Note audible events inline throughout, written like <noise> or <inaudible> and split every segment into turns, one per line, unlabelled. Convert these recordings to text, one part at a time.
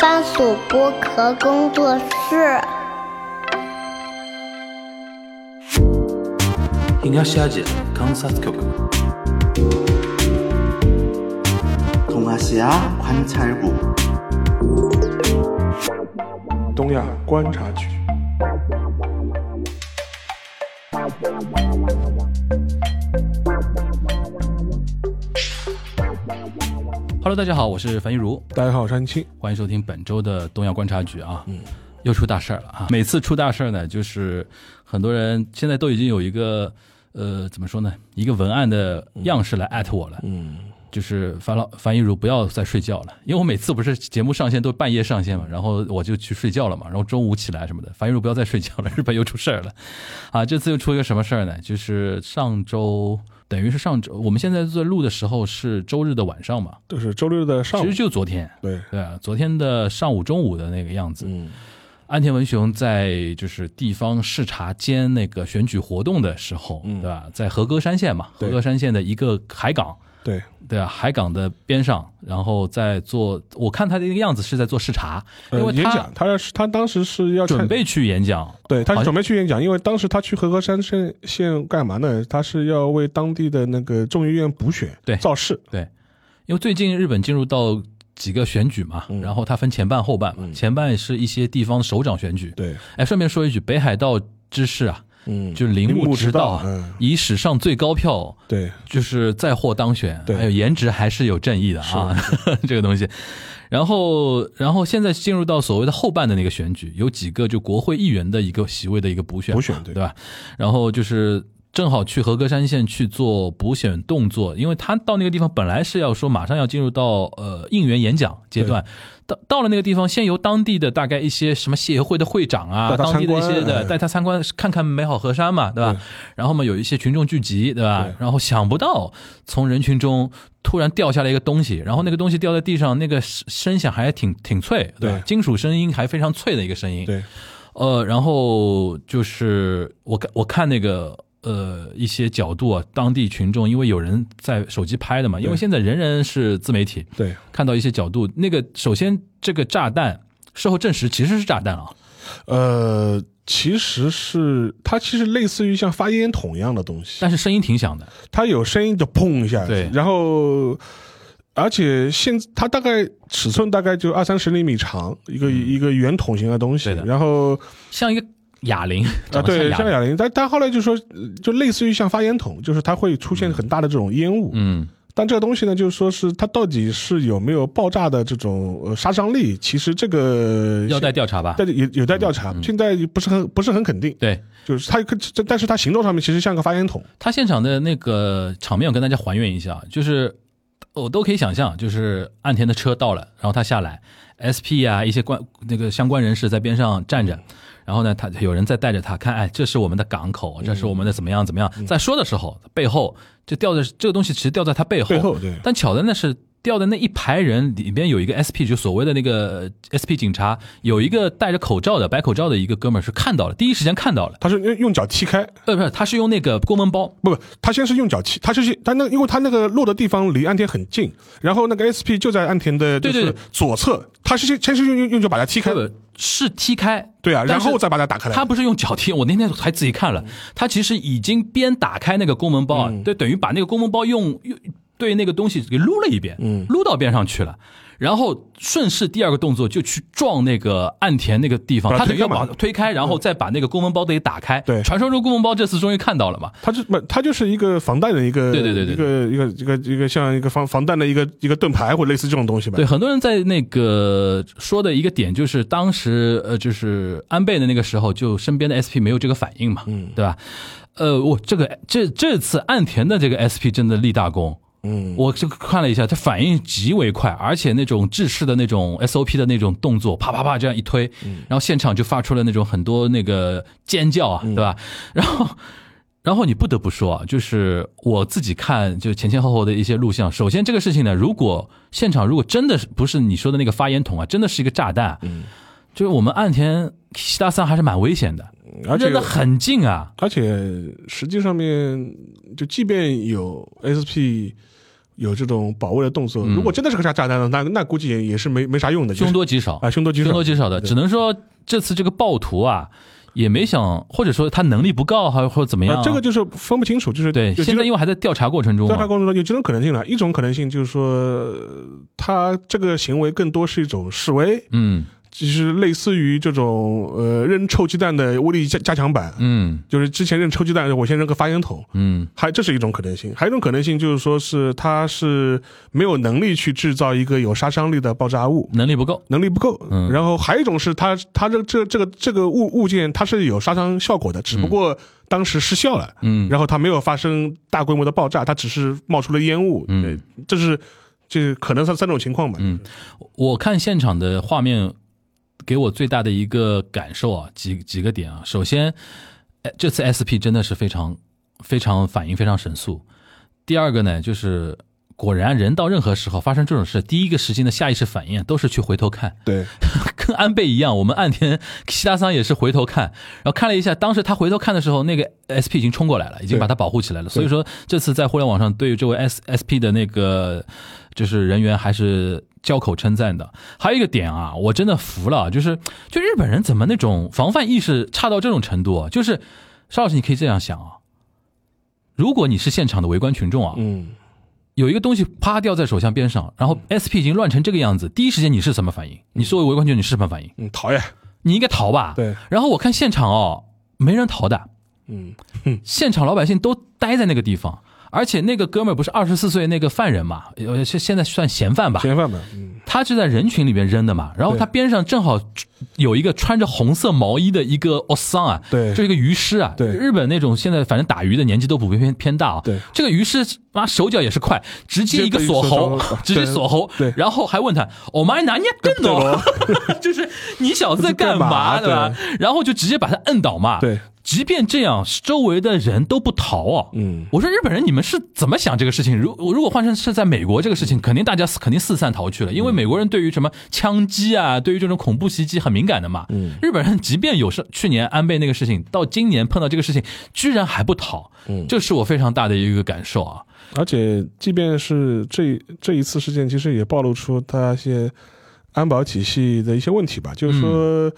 番薯剥壳工作室。
東アジア観察局
동아시아 관찰국
东亚观察局。
Hello，大家好，我是樊玉茹，
大家好，我是安青。
欢迎收听本周的东亚观察局啊。嗯，又出大事儿了啊！每次出大事儿呢，就是很多人现在都已经有一个呃，怎么说呢，一个文案的样式来艾特我了。嗯，就是樊老樊玉茹不要再睡觉了，因为我每次不是节目上线都半夜上线嘛，然后我就去睡觉了嘛，然后中午起来什么的，樊玉茹不要再睡觉了，日 <laughs> 本又出事儿了。啊，这次又出一个什么事儿呢？就是上周。等于是上周，我们现在在录的时候是周日的晚上嘛，
这是周六的上
其
午
实，就昨天，
对，
对啊，昨天的上午、中午的那个样子。
嗯，
安田文雄在就是地方视察兼那个选举活动的时候，对吧？在和歌山县嘛，
嗯对
和歌山县的一个海港，
对，
对啊，海港的边上，然后在做，我看他的那个样子是在做视察，
呃
因为
演
他
讲，他是他当时是要看
准，备去演讲，
对，他
好
是
像
准备去演讲，因为当时他去和歌山县县干嘛呢？他是要为当地的那个众议院补选，
对
造势，
对，因为最近日本进入到几个选举嘛，
嗯
然后它分前半后半嘛，前半是一些地方首长选举，
对，
哎，顺便说一句，北海道知事啊，
嗯
就是铃
铃木
木
直
直道
道
啊，
嗯
以史上最高票
对，
就是再获当选，
对
还有颜值还是有正义的啊， <laughs> 这个东西。然后，然后现在进入到所谓的后半的那个选举，有几个就国会议员的一个席位的一个补选嘛，
补选对
对吧？然后就是正好去和歌山县去做补选动作，因为他到那个地方本来是要说马上要进入到呃应援演讲阶段。到到了那个地方，先由当地的大概一些什么协会的会长啊，
带他
当地的一
参
些
观 <laughs>
的
哎
带他参观看看美好河山嘛，对吧？
对
然后嘛，有一些群众聚集，对吧？
对
然后想不到从人群中突然掉下来一个东
嗯
西，然后那个东西掉在地上，那个声声响还挺挺脆，对吧
对
金属声音还非常脆的一个声音。
对，
呃，然后就是我看我看那个呃一些角度啊，当地群众因为有人在手机拍的嘛，因为
对
现在人人是自媒体，
对，
看到一些角度，那个首先这个炸弹事后证实其实是炸弹啊，
呃，其实是它其实类似于像发烟筒一样的东西，
但是声音挺响的，
它有声音就砰一下，
对
然后。而且现它大概尺寸大概就二三十厘米长，一个、一个圆筒形的东西，
嗯对的
然后
像一个哑铃
啊，
长得
对，像
铃，
哑铃，但但后来就说，呃就类似于像发烟筒，就是它会出现很大的这种烟雾。
嗯，
但这个东西呢，就是说是它到底是有没有爆炸的这种呃杀伤力，其实这个
要待嗯调查吧。
嗯但有有待调查，现在不是很不是很肯定。
对
就是它可，这但是它行动上面其实像个发烟筒，
他现场的那个场面，我跟大家还原一下，就是呃我都可以想象，就是岸田的车到了，然后他下来，SP 啊一些关那个相关人士在边上站
嗯
着，然后呢，他有人在带着他看，哎，这是我们的港口，这是我们的怎么样怎么样，
嗯
在说的时候，背后就掉的这个东西，其实掉在他背后，
背后对
但巧的呢是。掉的那一排人里边有一个 SP，就所谓的那个呃 SP 警察，有一个戴着口罩的白口罩的一个哥们儿是看到了，第一时间看到了，
它是用用脚踢开，
呃，不是，他是用那个公文包，
不不，他先是用脚踢，他就是他那因为他那个落的地方离岸田很近，然后那个 SP 就在岸田的就
对对
是
对
左侧，他是先先是用用用脚把它踢开
不，不是踢开，
对啊，
但
然
是
后再把它打开来。嗯
他不是用脚踢，我那天还仔细看了，他其实已经边打开那个公文包啊，对，等于把那个公文包用用对那个东西给撸了一遍，
嗯
撸到边上去了。然后顺势第二个动作就去撞那个岸田那个地方，
把它
他等于要
推开
把
嘛嗯
推开，然后再把那个公文包得打开。
对
传说中公文包这次终于看到了嘛，
它就不，它就是一个防弹的一个，
对对对对
一个一个一个一个像一个防防弹的一个一个盾牌或者类似这种东西吧。
对，，很多人在那个说的一个点就是，当时呃，就是安倍的那个时候，就身边的 SP 没有这个反应嘛，嗯，对吧？呃，我这个这这次岸田的这个 SP 真的立大功。嗯，我这个看了一下，他反应极为快，而且那种制式的那种 SOP 的那种动作，啪啪啪这样一推，然后现场就发出了那种很多那个尖叫啊，对吧？然后然后你不得不说啊，就是我自己看，就前前后后的一些录像。首先，这个事情呢，如果现场如果真的是不是你说的那个发烟筒啊，真的是一个炸弹，嗯，就是我们岸田西大三还是蛮危险的，
而且
扔的很近啊，
而且实际上面，就即便有 SP 有这种保卫的动作。如果真的是个炸炸弹呢，那那估计也也是没没啥用的，就是
嗯凶多吉少
啊，凶多吉少，
凶多吉少的，只能说这次这个暴徒啊，也没想，或者说他能力不够，还或者怎么样、
啊，这个就是分不清楚，就是
对，
有
现
几
在
种
因为还在调查过程中
调查
嘛，
过程中有几种可能性了，一种可能性就是说，呃他这个行为更多是一种示威，
嗯
就是类似于这种呃扔臭鸡蛋的威力加加强版，
嗯
就是之前扔臭鸡蛋，我先扔个发烟筒。
嗯
还这是一种可能性，还有一种可能性就是说是他是没有能力去制造一个有杀伤力的爆炸物，
能力不够，
能力不够。
嗯
然后还有一种是他他这这这个这个物物件它是有杀伤效果的，只不过当时失效了，
嗯
然后它没有发生大规模的爆炸，它只是冒出了烟雾。
嗯
对，这是这可能三三种情况吧。
嗯，我看现场的画面，给我最大的一个感受啊，几几个点啊。首先，哎这次 SP 真的是非常非常反应非常神速。第二个呢，就是果然人到任何时候发生这种事，第一个时间的下意识反应都是去回头看，
对，
跟安倍一样，我们岸田西达桑也是回头看，然后看了一下，当时他回头看的时候，那个 SP 已经冲过来了，已经
对
把他保护起来了。所以说，这次在互联网上对于这位 S SP 的那个就是人员还是交口称赞的。还有一个点啊，我真的服了，就是就日本人怎么那种防范意识差到这种程度啊？就是邵老师，你可以这样想啊，如果你是现场的围观群众啊，
嗯，
有一个东西啪掉在手枪边上，然后 SP 已经乱成这个样子，第一时间你是什么反应？你作为围观群众，你是什么反应？
嗯，讨厌。
你应该逃吧？
对。
然后我看现场哦，没人逃的，
嗯，
<laughs> 现场老百姓都待在那个地方，而且那个哥们儿不是二十四岁那个犯人嘛，呃，现现在算嫌犯吧，
嫌犯吧。嗯，
他就在人群里面扔的嘛。然后
对
他边上正好有一个穿着红色毛衣的一个奥桑啊，
对
就是一个鱼师啊，
对
日本那种现在反正打鱼的年纪都普遍偏偏大啊，
对
这个鱼师妈手脚也是快，直接一个
直接
锁喉
一个锁喉，
直接锁喉，
对对
然后还问他，我妈拿你更懂。 <laughs> 就是你小子在干
<laughs>
嘛，
这干嘛
对吧？然后就直接把他摁倒嘛。
对，
即便这样，周围的人都不逃哦。
嗯，
我说日本人，你们是怎么想这个事情？如如果换成是在美国，这个事情肯定大家肯定四散逃去了，因为美国人对于什么枪击啊，对于这种恐怖袭击很敏感的嘛。嗯，日本人即便有是去年安倍那个事情，到今年碰到这个事情，居然还不逃，嗯，这是我非常大的一个感受啊。
而且即便是这这一次事件，其实也暴露出他一些安保体系的一些问题吧。就是说，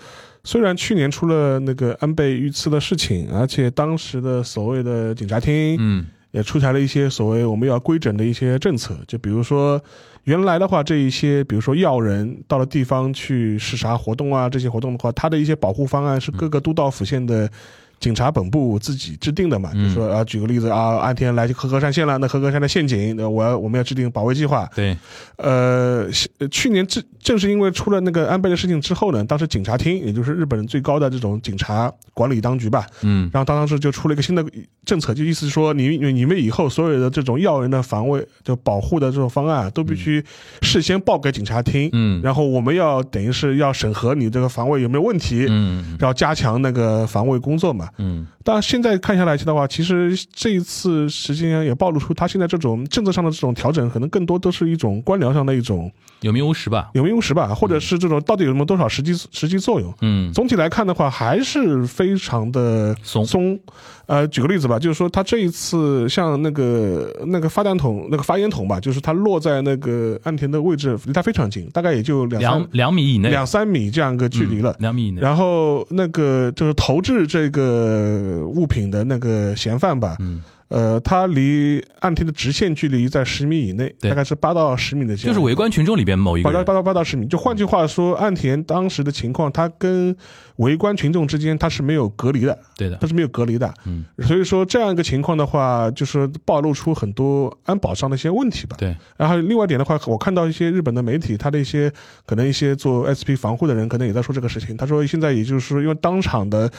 虽然去年出了那个安倍遇刺的事情，而且当时的所谓的警察厅，
嗯
也出台了一些所谓我们要规整的一些政策，就比如说原来的话，这一些比如说要人到了地方去视察活动啊，这些活动的话，它的一些保护方案是各个都道府县的警察本部自己制定的
嗯
嘛，就说啊，举个例子啊，安田来合格山县了，那合格山的县警，那呃我要我们要制定保卫计划，
对，
呃，是呃去年正正是因为出了那个安倍的事情之后呢，当时警察厅，也就是日本最高的这种警察管理当局吧，
嗯
然后他当时就出了一个新的政策，就意思是说你，你你们以后所有的这种要人的防卫就保护的这种方案啊，都必须事先报给警察厅，
嗯
然后我们要等于是要审核你这个防卫有没有问题，
嗯
然后加强那个防卫工作嘛。
嗯
但现在看下来的话，其实这一次实际上也暴露出他现在这种政策上的这种调整，可能更多都是一种官僚上的一种
有名无实吧。
有名无实吧，或者是这种到底有没有多少实际实际作用。
嗯
总体来看的话，还是非常的
松
松。呃，举个例子吧，就是说他这一次像那个那个发弹筒、那个发烟筒吧，就是它落在那个岸田的位置，离他非常近，大概也就两
两
三
两米以内，
两三米这样一个距离了。
两米以内。
然后那个就是投掷这个物品的那个嫌犯吧，
嗯
呃，他离岸田的直线距离在十米以内，
对
大概是八到十米的这
就
样
是
一个
围观群众里边某一个
八到
人
八到八到十米，就换句话说，岸田当时的情况，他跟围观群众之间他是没有隔离的，
对的
他，是没有隔离的。
嗯，
所以说这样一个情况的话，就是暴露出很多安保上的一些问题吧。
对，
然后另外一点的话，我看到一些日本的媒体，他的一些可能一些做 SP 防护的人，可能也在说这个事情。他说现在也就是说因为当场的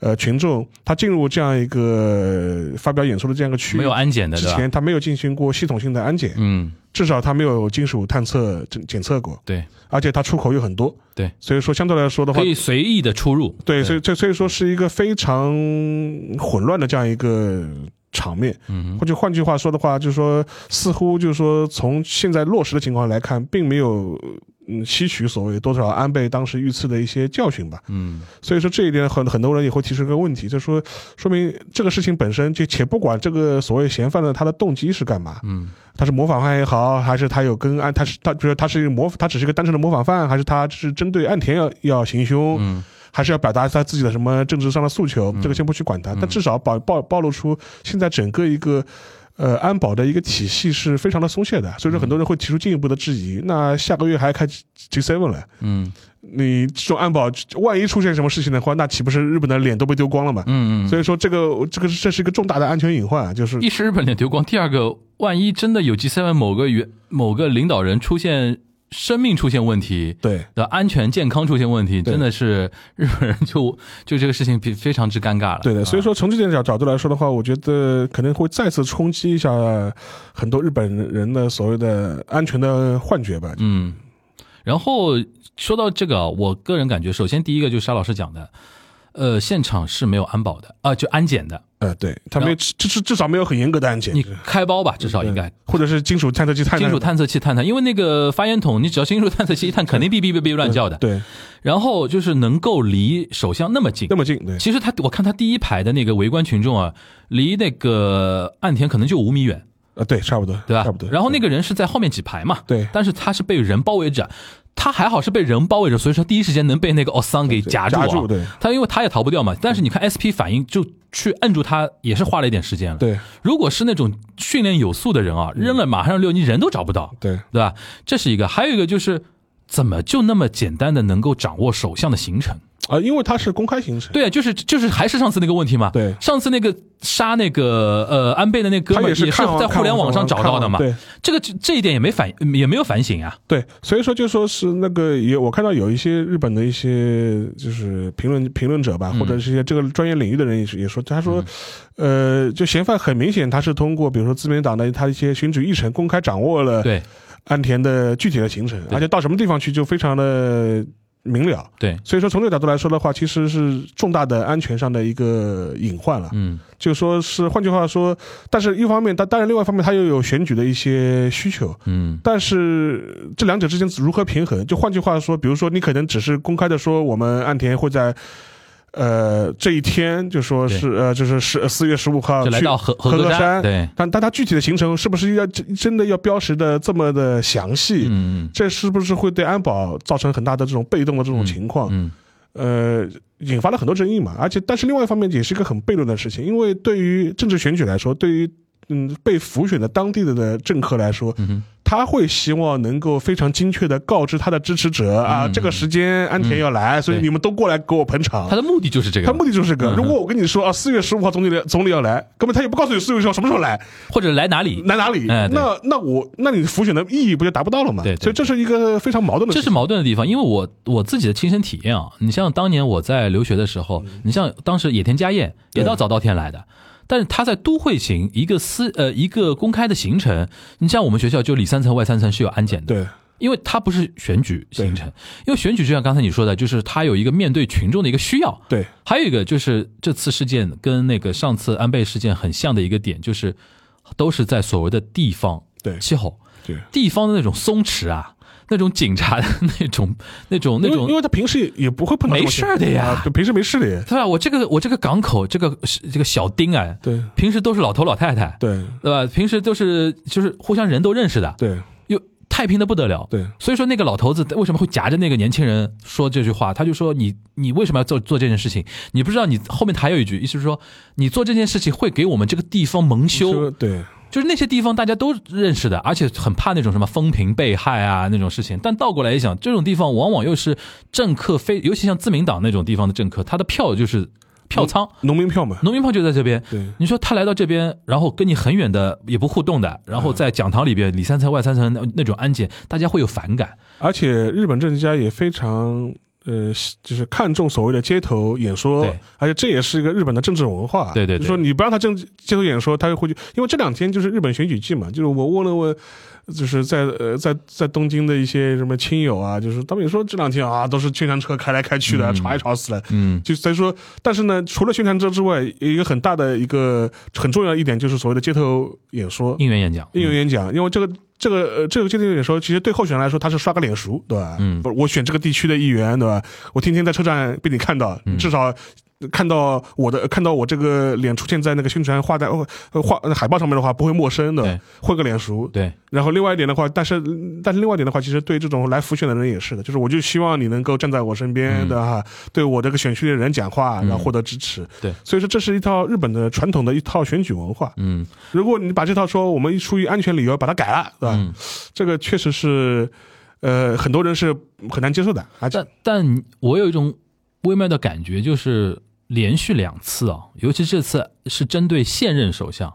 呃群众，他进入这样一个发表演说的这样一个区域
没有安检的，
之
对吧？
前，他没有进行过系统性的安检，
嗯，
至少他没有金属探测检检测过。
对，
而且它出口又很多，
对，
所以说相对来说的话
可，以随意的出入。
对，所以这所以说是一个非常混乱的这样一个场面。
嗯
或者换句话说的话，就是说，似乎就是说，从现在落实的情况来看，并没有嗯吸取所谓多少安倍当时遇刺的一些教训吧。
嗯
所以说这一点很很多人也会提出一个问题，就说说明这个事情本身就且不管这个所谓嫌犯的他的动机是干嘛，
嗯
他是模仿犯也好，还是他有跟安他是他，比如说他是一个模，他只是一个单纯的模仿犯，还是他是针对岸田要要行凶，
嗯
还是要表达他自己的什么政治上的诉求，这个先不去管他，但至少暴暴暴露出现在整个一个。呃，安保的一个体系是非常的松懈的，所以
嗯
说很多人会提出进一步的质疑。那下个月还开 G seven 了，
嗯
你这种安保万一出现什么事情的话，那岂不是日本的脸都被丢光了嘛？
嗯嗯，
所以说这个这个这是一个重大的安全隐患啊，就是
<laughs> 一是日本脸丢光，第二个，万一真的有 G7 某个原某个领导人出现生命出现问题。
对
的安全健康出现问题，
对
真的是日本人就 <laughs> 就这个事情非非常之尴尬了。
对的，所以
啊
说从这点角角度来说的话，我觉得可能会再次冲击一下很多日本人的所谓的安全的幻觉吧。
嗯，然后说到这个啊，我个人感觉，首先第一个就是沙老师讲的，呃，现场是没有安保的啊、就安检的，
呃，对他没至至至少没有很严格的安检，
你开包吧，至少应该
对。或者是金属探测器探
金属探测器探探，因为那个发烟筒，你只要金属探测器一探，肯定哔哔哔哔乱叫的。
对，
然后就是能够离首相那么近
那，么近，对
其实他我看他第一排的那个围观群众啊，离那个岸田可能就五米远，
呃，对，差不多，
对吧？
差不多。
然后那
个
个人是在后面几排嘛，
对
但是他是被人包围着，他还好是被人包围着，所以说第一时间能被那个奥桑给夹住、啊，
夹住对
他因为他也逃不掉嘛。但是你看 SP 反应就去摁住他，也是花了一点时间了。，
对嗯
如果是那种训练有素的人啊，扔了马上溜，你人都找不到，
对
对吧？这是一个，还有一个就是。怎么就那么简单的能够掌握首相的行程？
啊，因为它是公开行程，
对啊，就是就是还是上次那个问题嘛。
对
上次那个杀那个呃安倍的那哥们
他
儿
也是看网
在互联网上找到的嘛。
看网看网
这个这这一点也没反也没有反省啊。
对，所以说就说是那个也，我看到有一些日本的一些就是评论评论者吧，或者
嗯
是一些这个专业领域的人也是也说，他说，
嗯
呃，就嫌犯很明显他是通过比如说自民党的他一些选举议程公开掌握了
对
安田的具体的行程，而且到什么地方去就非常的明了。
对，
所以说从这个角度来说的话，其实是重大的安全上的一个隐患了。
嗯
就说是换句话说，但是一方面，但当然另外一方面，他又有选举的一些需求。
嗯
但是这两者之间如何平衡？就换句话说，比如说你可能只是公开的说，我们岸田会在。呃，这一天就说是呃，就是十四月十五号
就来
去
到和和
合
歌
歌
山
山，
对
但但它具体的行程是不是要真真的要标识的这么的详细？
嗯
这是不是会对安保造成很大的这种被动的这种情况？
嗯
呃，引发了很多争议嘛。而且，但是另外一方面也是一个很悖论的事情，因为对于政治选举来说，对于嗯被浮选的当地的的政客来说，
嗯哼
他会希望能够非常精确的告知他的支持者啊，这个时间安田要来，所以
嗯对
你们都过来给我捧场
他。的嗯目的就是这个
他，目的就是这个。如果我跟你说啊，四月十五号总理来总理要来，根本他也不告诉你四月十五号什么时候来，
或者来哪里，
来哪里。
哎对
那那我那你浮选的意义不就达不到了嘛？
对对
所以这是一个非常矛盾的
这
事
是
情。
矛盾的地方。因为我我自己的亲身体验啊，你像当年我在留学的时候，
嗯
你像当时野田佳彦也到早稻田来的。但是他在都会行一个私呃一个公开的行程，你像我们学校就里三层外三层是有安检的，
对
因为它不是选举形成，因为选举就像刚才你说的，就是它有一个面对群众的一个需要。
对，
还有一个就是这次事件跟那个上次安倍事件很像的一个点，就是都是在所谓的地方
对
气候，
对
地方的那种松弛啊，那种警察的 <laughs> 那种那种那
因为因
种，
为他平时也也不会碰到这种
没事儿的呀
啊对平时没事的呀。
对吧？我这个我这个港口这个这个小丁啊，
对
平时都是老头老太太，
对
对吧？平时都是就是互相人都认识的，
对
又太平的不得了。
对
所以说那个老头子为什么会夹着那个年轻人说这句话？他就说你你为什么要做做这件事情？你不知道你后面还有一句，意思是说你做这件事情会给我们这个地方蒙羞，
对
就是那些地方大家都认识的，而且很怕那种什么风评被害啊那种事情。但倒过来一想，这种地方往往又是政客非，尤其像自民党那种地方的政客，他的票就是票仓。
农民票嘛，
农民炮就在这边
对，
你说他来到这边，然后跟你很远的也不互动的，然后在讲堂里边里三层外三层那那种安检，大家会有反感。
而且日本政治家也非常。呃，就是看重所谓的街头演说
对，
而且这也是一个日本的政治文化。
对对对
就说你不让他政街头演说，他就会去。因为这两天就是日本选举季嘛，就是我问了问，就是在呃在在东京的一些什么亲友啊，就是他们也说这两天啊都是宣传车开来开去的，吵也吵死了。
嗯，
就所以说，但是呢，除了宣传车之外，有一个很大的一个很重要的一点就是所谓的街头演说、
应援演讲，
应援演讲，因为这个。这个呃，这个街头演说，其实对候选人来说，他是刷个脸熟，对吧？
嗯
不是，我选这个地区的议员，对吧？我天天在车站被你看到，
嗯
至少看到我的看到我这个脸出现在那个宣传画带、呃画海报上面的话，不会陌生的
对，
会个脸熟，
对，
然后另外一点的话，但是但是另外一点的话，其实对这种来浮选的人也是的，就是我就希望你能够站在我身边
嗯
的哈，对我这个选区的人讲话，然后获得支持。
对
所以说这是一套日本的传统的一套选举文化。
嗯，
如果你把这套说我们出于安全理由把它改了，对吧？
嗯
这个确实是，呃，很多人是很难接受的，而且
但但我有一种微妙的感觉，就是连续两次啊，尤其这次是针对现任首相。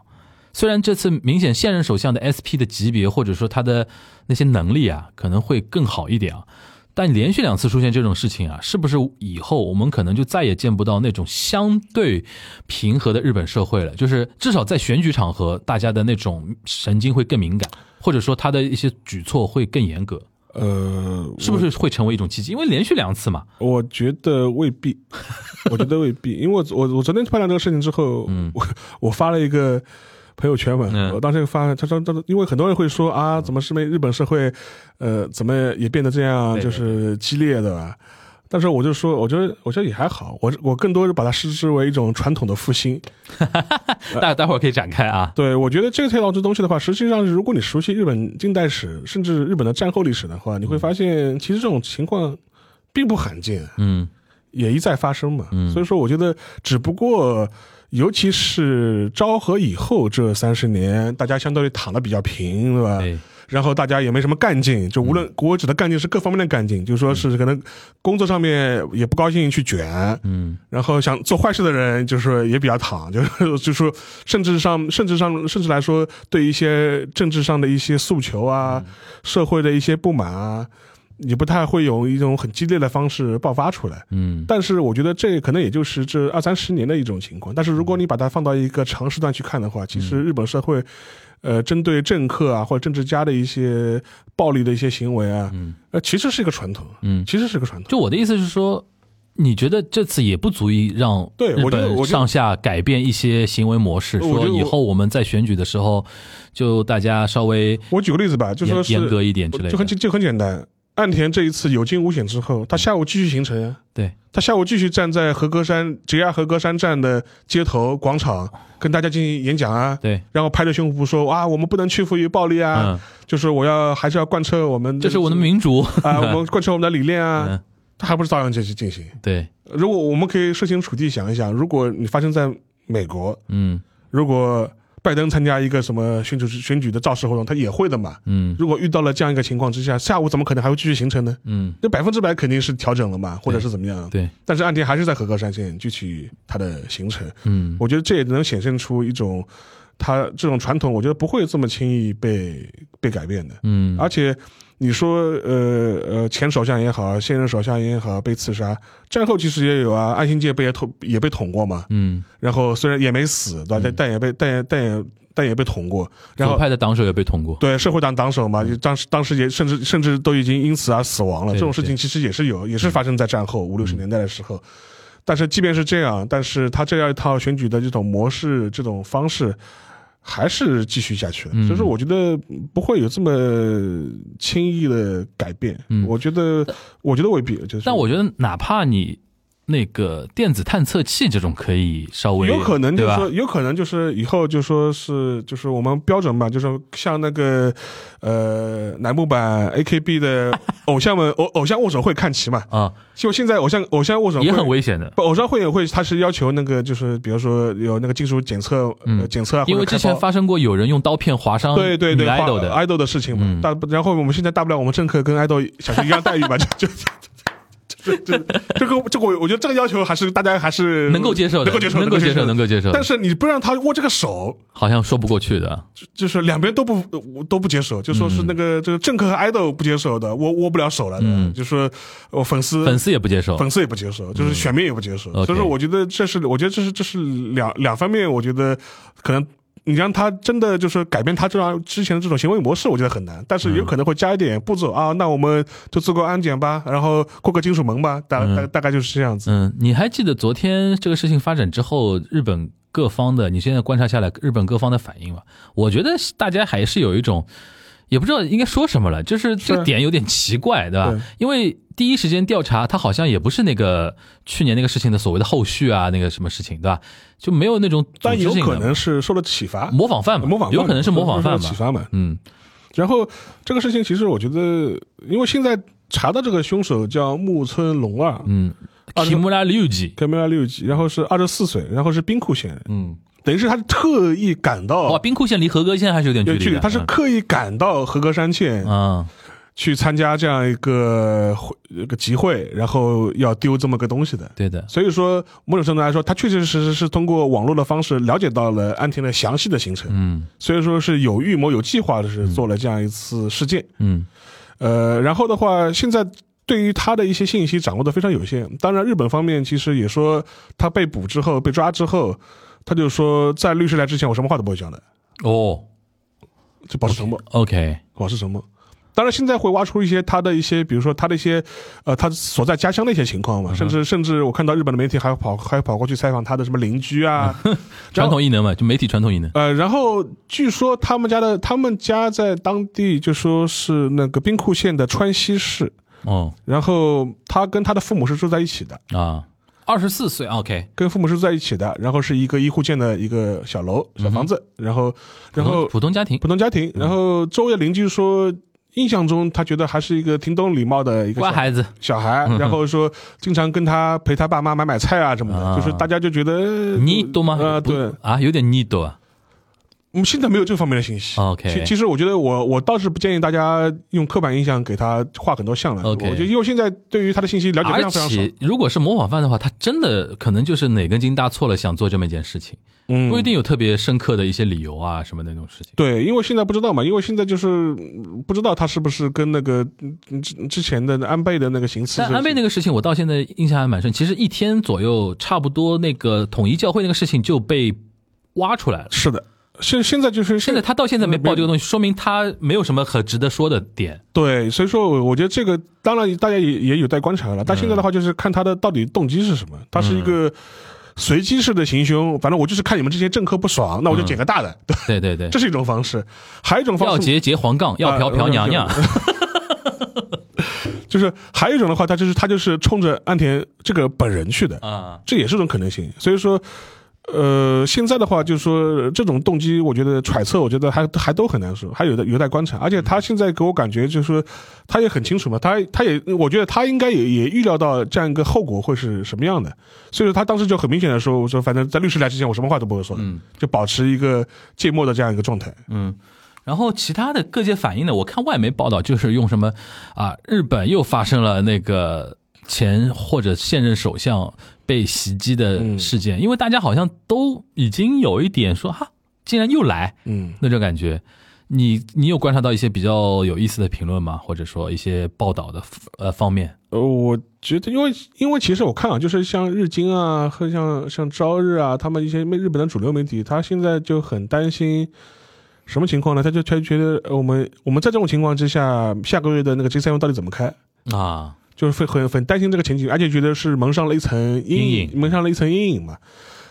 虽然这次明显现任首相的 SP 的级别或者说他的那些能力啊，可能会更好一点啊，但连续两次出现这种事情啊，是不是以后我们可能就再也见不到那种相对平和的日本社会了？就是至少在选举场合，大家的那种神经会更敏感，或者说他的一些举措会更严格，
呃，
是不是会成为一种奇迹？因为连续两次嘛，
我觉得未
<laughs>
必，我觉得未必，因为我我我昨天判断这个事情之后，我我发了一个朋友圈嘛，
嗯
我当时发，他说，他说，因为很多人会说啊，怎么是为日本社会，呃，怎么也变得这样，
对
就
对
是激烈的吧。但是我就说，我觉得我觉得也还好，我我更多是把它视之为一种传统的复兴。
<laughs> 大待会儿可以展开啊。
对我觉得这个套这东西的话，实际上如果你熟悉日本近代史，甚至日本的战后历史的话，你会发现其实这种情况并不罕见。
嗯
也一再发生嘛。所以说，我觉得只不过，尤其是昭和以后这三十年，大家相对躺的比较 <laughs> 平，对吧？
对
然后大家也没什么干劲，就无论我指的干劲是各方面的干劲，就是说是可能工作上面也不高兴去卷，
嗯，
然后想做坏事的人，就是也比较躺， <laughs> 就是就是说，甚至上，甚至上，甚至来说，对一些政治上的一些诉求啊，社会的一些不满啊，也不太会有一种很激烈的方式爆发出来。
嗯，
但是我觉得这可能也就是这二三十年的一种情况。但是如果你把它放到一个长时段去看的
嗯
话，其实日本社会，呃，针对政客啊或者政治家的一些暴力的一些行为啊，呃，其实是一个传统，
嗯
其实是一个传统。
就我的意思是说，你觉得这次也不足以让
对
日
我觉得我觉
本
得
上下改变一些行为模式，
我觉得
说以
我
后我们在选举的时候，就大家稍微
我举个例子吧，就说
严
是
严格一点之类
就很
的。
简就很简单。岸田这一次有惊无险之后，他下午继续行程啊，
对，
他下午继续站在和歌山 JR 和歌山站的街头广场跟大家进行演讲啊，
哦对，
然后拍着胸脯说啊，我们不能屈服于暴力啊，
嗯，
就是我要还是要贯彻我们
这是我的民主。 <laughs>
啊，我们贯彻我们的理念啊
嗯，
他还不是照样进行进行？
对，
如果我们可以设身处地想一想，如果你发生在美国，
嗯
如果拜登参加一个什么选举选举的造势活动，他也会的嘛。
嗯
如果遇到了这样一个情况之下，下午怎么可能还会继续行程呢？
嗯，
那百分之百肯定是调整了嘛，或者是怎么样？
对，
但是岸田还是在和歌山县继续他的行程，
嗯
我觉得这也能显现出一种他这种传统，我觉得不会这么轻易被被改变的。
嗯
而且你说，呃呃，前首相也好，现任首相也好，被刺杀，战后其实也有啊，安信介不也捅也被捅过嘛？
嗯，
然后虽然也没死，对吧？但但也被但也但也但也被捅过，然后
左派的党首也被捅过。
对社会党党首嘛，就当时当时也甚至甚至都已经因此而死亡了。
嗯对嗯
这种事情其实也是有，也是发生在战后五六十年代的时候。但是即便是这样，但是他这样一套选举的这种模式、这种方式。还是继续下去了，
嗯
所以说我觉得不会有这么轻易的改变。
嗯
我觉得，我觉得未必。就是，
但我觉得，哪怕你那个电子探测器这种可以稍微
有可能就
对
是
吧？
说，有可能就是以后就说是就是我们标准吧，就是像那个呃楠木版 AKB 的偶像们偶偶像握手会看齐嘛，
啊，
就现在偶像偶像握手会
也很危险的。
不偶像会也会，他是要求那个就是比如说有那个金属检测、呃、
嗯
检测啊，
因为
或者
之
开
前
包
发生过有人用刀片划伤
对哎对对
女 idol
花
的，
idol 的事情嘛，
嗯
大然后我们现在大不了我们政客跟 idol 享受一样待遇嘛，就就。就就就这个这个我我觉得这个要求还是大家还是
能够接受的，
能够接受的
能够接受，能够接受的。
但是你不让他握这个手，
好像说不过去的，
就是两边都不我都不接受，就说是那个这个政客和 idol 不接受的，握握不了手了的，
嗯
就说我粉丝
粉丝也不接受。
粉丝也不接受，就是选民也不接受，
OK
所以说我觉得这是我觉得这是这是两两方面，我觉得可能你让他真的就是改变他这样之前的这种行为模式，我觉得很难。但是有可能会加一点步骤
嗯
啊，那我们就做个安检吧，然后过个金属门吧，大大大概就是这样子。
嗯，你还记得昨天这个事情发展之后，日本各方的，你现在观察下来，日本各方的反应吧？我觉得大家还是有一种，也不知道应该说什么了，就是这个
是
点有点奇怪，对吧？
对
因为第一时间调查，它好像也不是那个去年那个事情的所谓的后续啊，那个什么事情，对吧？就没有那种组
但
织
有
性
可
的
能是受了启发，
模仿犯嘛，
模仿犯
有可能是模仿犯
受了启
嘛，
发嘛。
嗯
然后这个事情其实我觉得，因为现在查到这个凶手叫木村龙二，
嗯，
啊
提姆拉六级，
科梅拉六级，然后是二十四岁，然后是兵库县人，
嗯，
等于是他特意赶
哇，
到。
哦冰库县离合格县还是有点距
哦有
离
距
的，
离，他是刻意赶到和歌山县
嗯啊，
去参加这样一个会一个集会，然后要丢这么个东西的。
对的，
所以说，某种程度来说，他确确实实是通过网络的方式了解到了安田的详细的行程，
嗯
所以说是有预谋、有计划的是做了这样一次事件。
嗯
呃，然后的话，现在对于他的一些信息掌握的非常有限。当然，日本方面其实也说，他被捕之后、被抓之后，他就说，在律师来之前，我什么话都不会讲的，
哦
就保持沉默，
，OK，
保持沉默。当然，现在会挖出一些他的一些，比如说他的一些，呃，他所在家乡的一些情
嗯
况嘛，甚至甚至我看到日本的媒体还跑还跑过去采访他的什么邻居啊，然
传
后
统异能嘛，就媒体传统异能。
<laughs> 呃，然后据说他们家的他们家在当地就说是那个兵库县的川西市，
哦
然后他跟他的父母是住在一起的，
啊，二十四岁，OK，啊
跟父母是住在一起的，然后是一个一户建的一个小楼小房子，然后然后
嗯普通嗯普通家庭
普，通家庭，然后周围的邻居说。印象中，他觉得还是一个挺懂礼貌的一个
乖
小
孩子，
小孩，
嗯
然后说经常跟他陪他爸妈买买菜啊什么的，
啊
就是大家就觉得呃
你懂吗？
啊，
不
对，
啊，有点你懂啊。
我们现在没有这方面的信息。
OK
其其实我觉得我我倒是不建议大家用刻板印象给他画很多像了。
OK
我觉得因为现在对于他的信息了解非
而
常非常少，
且如果是模仿犯的话，他真的可能就是哪根筋搭错了，想做这么一件事情，
嗯
不一定有特别深刻的一些理由啊什么的那种事情。
对，因为现在不知道嘛，因为现在就是嗯不知道他是不是跟那个嗯之之前的安倍的那个行刺是，
但安倍那
个
个事情，我到现在印象还蛮深。其实一天左右，差不多那个统一教会那个事情就被挖出来了。
是的，现现在就是
现在他到现在没爆这个东西，说明他没有什么可值得说的点。
对，所以说我我觉得这个当然大家也也有待观察了，但现在的话就是看他的到底动机是什么，他是一个。随机式的行凶，反正我就是看你们这些政客不爽，那我就捡个大的，对
对对对
这，是一种方式。还有一种方
要
式啊
结结黄杠，要嫖嫖娘娘。
就是，还有一种的话，他就是他就是冲着安田这个本人去的，
啊，
这也是种可能性。所以说，呃，现在的话，就是说这种动机，我觉得揣测，我觉得还还都很难说，还有的有待观察。而且他现在给我感觉就是说，他也很清楚嘛，他他也，我觉得他应该也也预料到这样一个后果会是什么样的，所以说他当时就很明显的说，我说反正在律师来之前，我什么话都不会说的，就保持一个芥末的这样一个状态。
然后其他的各界反应呢，我看外媒报道就是用什么啊，日本又发生了那个前或者现任首相被袭击
嗯
的事件，因为大家好像都已经有一点说哈，竟然又来
嗯，
那种感觉。你你有观察到一些比较有意思的评论吗？或者说一些报道的呃方面？
呃，我觉得，因为因为其实我看啊，就是像日经啊和像像朝日啊，他们一些日本的主流媒体，他现在就很担心什么情况呢？他就他就觉得呃我们我们在这种情况之下，下个月的那个 G 三到底怎么开？
啊，
就是会很很担心这个情景，而且觉得是蒙上了一层阴
阴
影，蒙上了一层阴影嘛。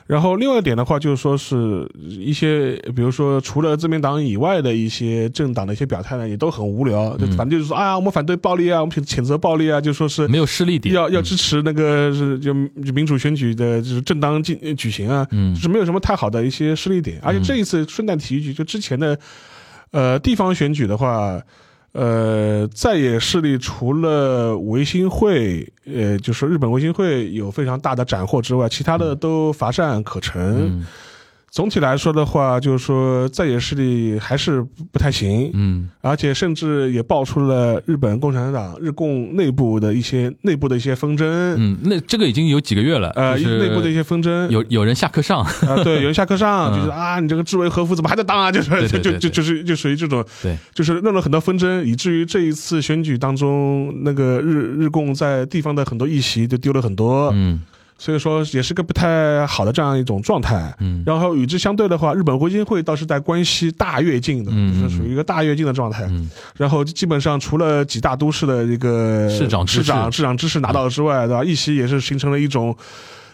然后另外一点的话，就是说是一些，比如说除了自民党以外的一些政党的一些表态呢，也都很无聊，就反正就是说啊，我们反对暴力啊，我们谴谴责暴力啊，就说是
没有失利点，嗯
要要支持那个是就就民主选举的，就是正当进举行啊，
嗯
就是没有什么太好的一些失利点。而且这一次顺带提一句，就之前的呃地方选举的话，呃在野势力除了维新会，呃就是日本维新会有非常大的斩获之外，其他的都乏善可陈。
嗯
总体来说的话，就是说在野势力还是不不太行，
嗯
而且甚至也爆出了日本共产党日共内部的一些内部的一些纷争，
嗯，那这个已经有几个月了，
呃，
就是
内部的一些纷争，
有有人下
<laughs>
课上，
啊、对，有人下课上
嗯
就是啊，你这个志为何夫怎么还在当啊？就是
对对对
就就就是就属于这种，
对，
就是弄了很多纷争，以至于这一次选举当中，那个日日共在地方的很多议席就丢了很多，
嗯
所以说也是个不太好的这样一种状态。嗯，然后与之相对的话，日本国金会倒是在关西大跃进的，
嗯
就是属于一个大跃进的状态。然后基本上除了几大都市的一个
市长之
市长
势
市长知识拿到之外，对吧？一席也是形成了一种。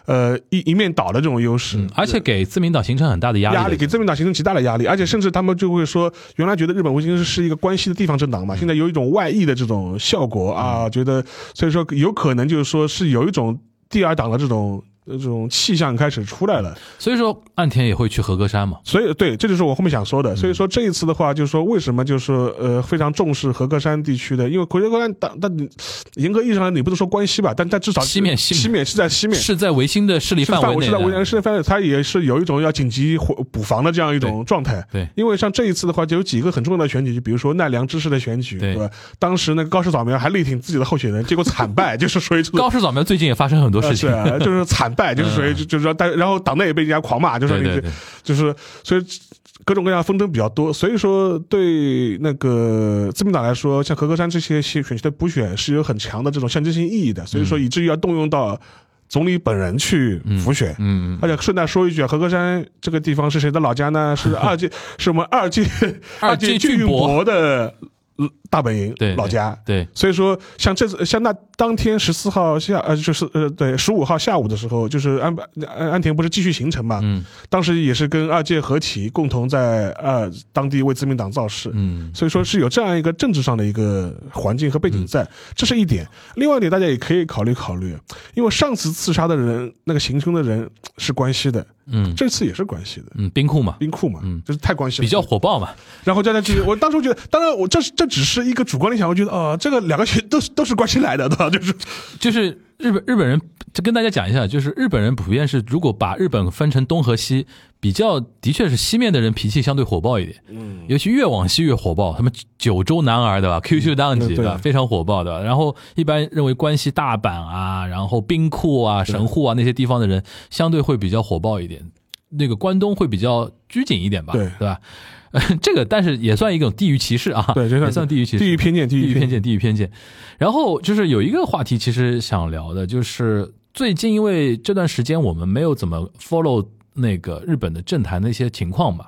呃，一一面倒的这种优势，
嗯而且给自民党形成很大的压力的。
压力，给自民党形成极大的压力，而且甚至他们就会说，原来觉得日本维新是一个关系的地方政党
嗯
嘛，现在有一种外溢的这种效果啊，觉得所以说有可能就是说是有一种第二党的这种。呃这种气象开始出来了，
所以说岸田也会去和歌山嘛。
所以对，这就是我后面想
嗯
说的。所以说这一次的话，就是说为什么就是说呃非常重视和歌山地区的，因为和歌山但但你严格意义上来你不能说关西吧，但但至少
西面西面
西面是在西面，
是在维新的势力
是
范
围
内
是在围内，
的，
是在范围，它也是有一种要紧急回补防的这样一种状态。
对对
因为像这一次的话，就有几个很重要的选举，就比如说奈良知事的选举，
对
对吧？当时那个高市早苗还力挺自己的候选人，结果惨败， <laughs> 就是属于这种
高市早苗最近也发生很多
呃
事
是
情，嗯
啊，就是惨败，就是属于就就是说，但然后党内也被人家狂骂，就说
对
你
对
这
对，
就是所以各种各样的纷争比较多，所以说对那个自民党来说，像和歌山这些选选区的补选是有很强的这种象征性意义的，所以说以至于要动用到总理本人去辅选。
嗯嗯，嗯
而且顺带说一句啊，和歌山这个地方是谁的老家呢？是
<laughs>
二届，是我们二届
二
届
届俊
俊
博
博的呃大本营
对
老家。
对，
所以说，像这次，像那当天十四号下，呃，就是呃，对，十五号下午的时候，就是安安安田不是继续行程嘛，
嗯
当时也是跟二届合体，共同在呃当地为自民党造势，
嗯，
所以说是有这样一个政治上的一个环境和背景
嗯
在，这是一点。另外一点，大家也可以考虑考虑，因为上次刺杀的人，那个行凶的人是关西的，
嗯
这次也是关西的。
嗯，冰库嘛，
冰库嘛，
嗯
就是太关系了，
比较火爆嘛，
然后加上去，我当时我觉得，当然我这是这只是一个主观的想法，我觉得哦，这个两个学都是都是关系来的，对吧？ <laughs> 就是
就是日本日本人，这跟大家讲一下，就是日本人普遍是，如果把日本分成东和西，比较的确是西面的人脾气相对火爆一点，嗯，尤其越往西越火爆，他们九州男儿对吧？QQ 当
嗯
机
对
对吧？非常火爆的。然后一般认为关西大阪啊，然后兵库啊、神户啊那些地方的人，相对会比较火爆一点。那个关东会比较拘谨一点吧，
对
对吧？呃， <laughs> 这个但是也算一种地域歧视啊，
对这算
也算地域歧视，
地域偏见，地
地域
域
偏
见。
见，地域偏见。然后就是有一个话题，其实想聊的，就是最近因为这段时间我们没有怎么 follow 那个日本的政坛的一些情况嘛。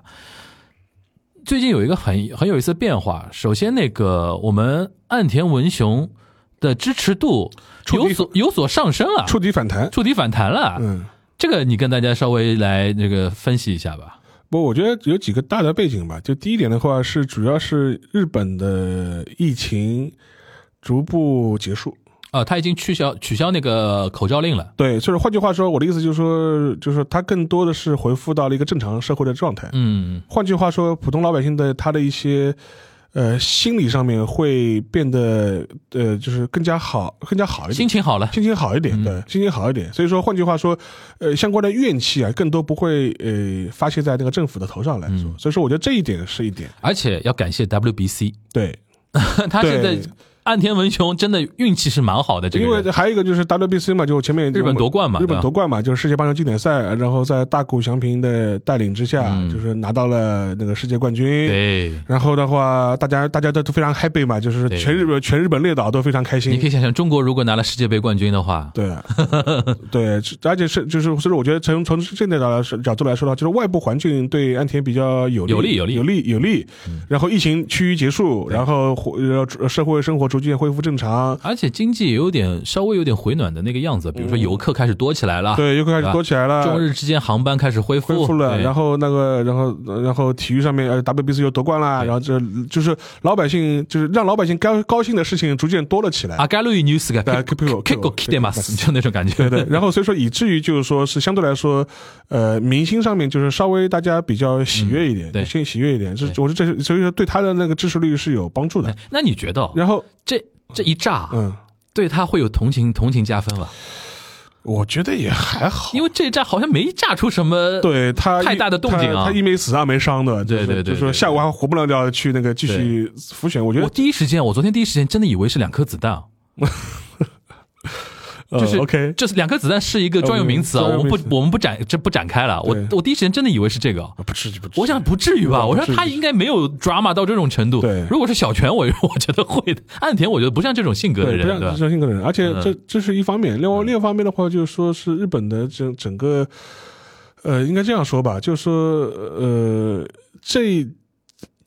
最近有一个很很有意思的变化，首先那个我们岸田文雄的支持度
触底
有所有所上升啊，
触底反弹。
触底反弹了。啊
嗯，
这个你跟大家稍微来那个分析一下吧。
不，我觉得有几个大的背景吧。就第一点的话，是主要是日本的疫情逐步结束。
啊，他已经取消取消那个口罩令了。
对，就是换句话说，我的意思就是说，就是说它更多的是恢复到了一个正常社会的状态。
嗯
换句话说，普通老百姓的他的一些呃心理上面会变得呃就是更加好，更加好一
心
点。
情好了。
心情好一
嗯
点，对，心情好一点。所以说，换句话说，呃，相关的怨气啊，更多不会呃发泄在那个政府的头上来说。
嗯
所以说，我觉得这一点是一点。
而且要感谢 WBC，
对，
他
对
是在岸田文雄真的运气是蛮好的，这个
因为
人
还有一个就是 WBC 嘛，就前面
日本夺冠嘛
日
对
本
吧
夺冠嘛，就是世界棒球经典赛，然后在大谷翔平的带领之下，就是拿到了那个世界冠军。。
对，
然后的话，大家大家都都非常 happy 嘛，就是
对
全日本全日本列岛都非常开
你可
心。
以想想，中国如果拿了世界杯冠军的话，
对， <laughs> 对，而且是就是，所以我觉得从从这点角角度来说的话，就是外部环境对安田比较有利，
有利
有
有利嗯
有利有利。然后疫情趋于结束，然后呃社会生活逐渐恢复正常，
而且经济也有点稍微有点回暖的那个样子，比如说游客开始多起来了，
对，又开
对吧
始多起来了，
中日之间航班开始恢复，
恢复了，
对
然后那个，然后然后体育上面，呃，WBC 又夺冠啦，
对
然后这就是老百姓就是让老百姓高高兴的事情逐渐多了起来。
阿盖路伊纽斯个
对
，Kiko
Kiko-
Kiko
Kiko-
k i d m a s 就那种感觉，
对对，然后所以说以至于就是说是相对来说，呃，明星上面就是稍微大家比较喜悦一点，
嗯对
先喜悦一点，这
对
我觉得这是所以说对他的那个支持率是有帮助的
哎。那你觉得哦
然后，
这这一炸
嗯，
对他会有同情同情加分吧？
我觉得也还好，
因为这一炸好像没炸出什么，
对他
太
一
大的动静啊
他他一没死二没伤的，就是
对对
就
对
是
对
说
对
下午还活蹦乱跳地去那个继续浮选，我觉得
我第一时间，我昨天第一时间真的以为是两颗子弹啊，
呃
就是、
OK，
就是两颗子弹是一个专有名词啊，
呃专有
我
名
们不
词
我们不展这不展开了。我
对
我第一时间真的以为是这个，
不至于不至于，
我想不至于吧？
不
我说
至于
他应该没有 drama 到这种程度。
对
如果是小泉，我 <laughs> 我觉得会的。岸田我觉得不像这种性格的
对，
人，
不像
对吧？
像性格的人，而且
嗯
这这是一方面，另外另一方面的话，就是说是日本的整整个，呃，应该这样说吧，就是说呃，这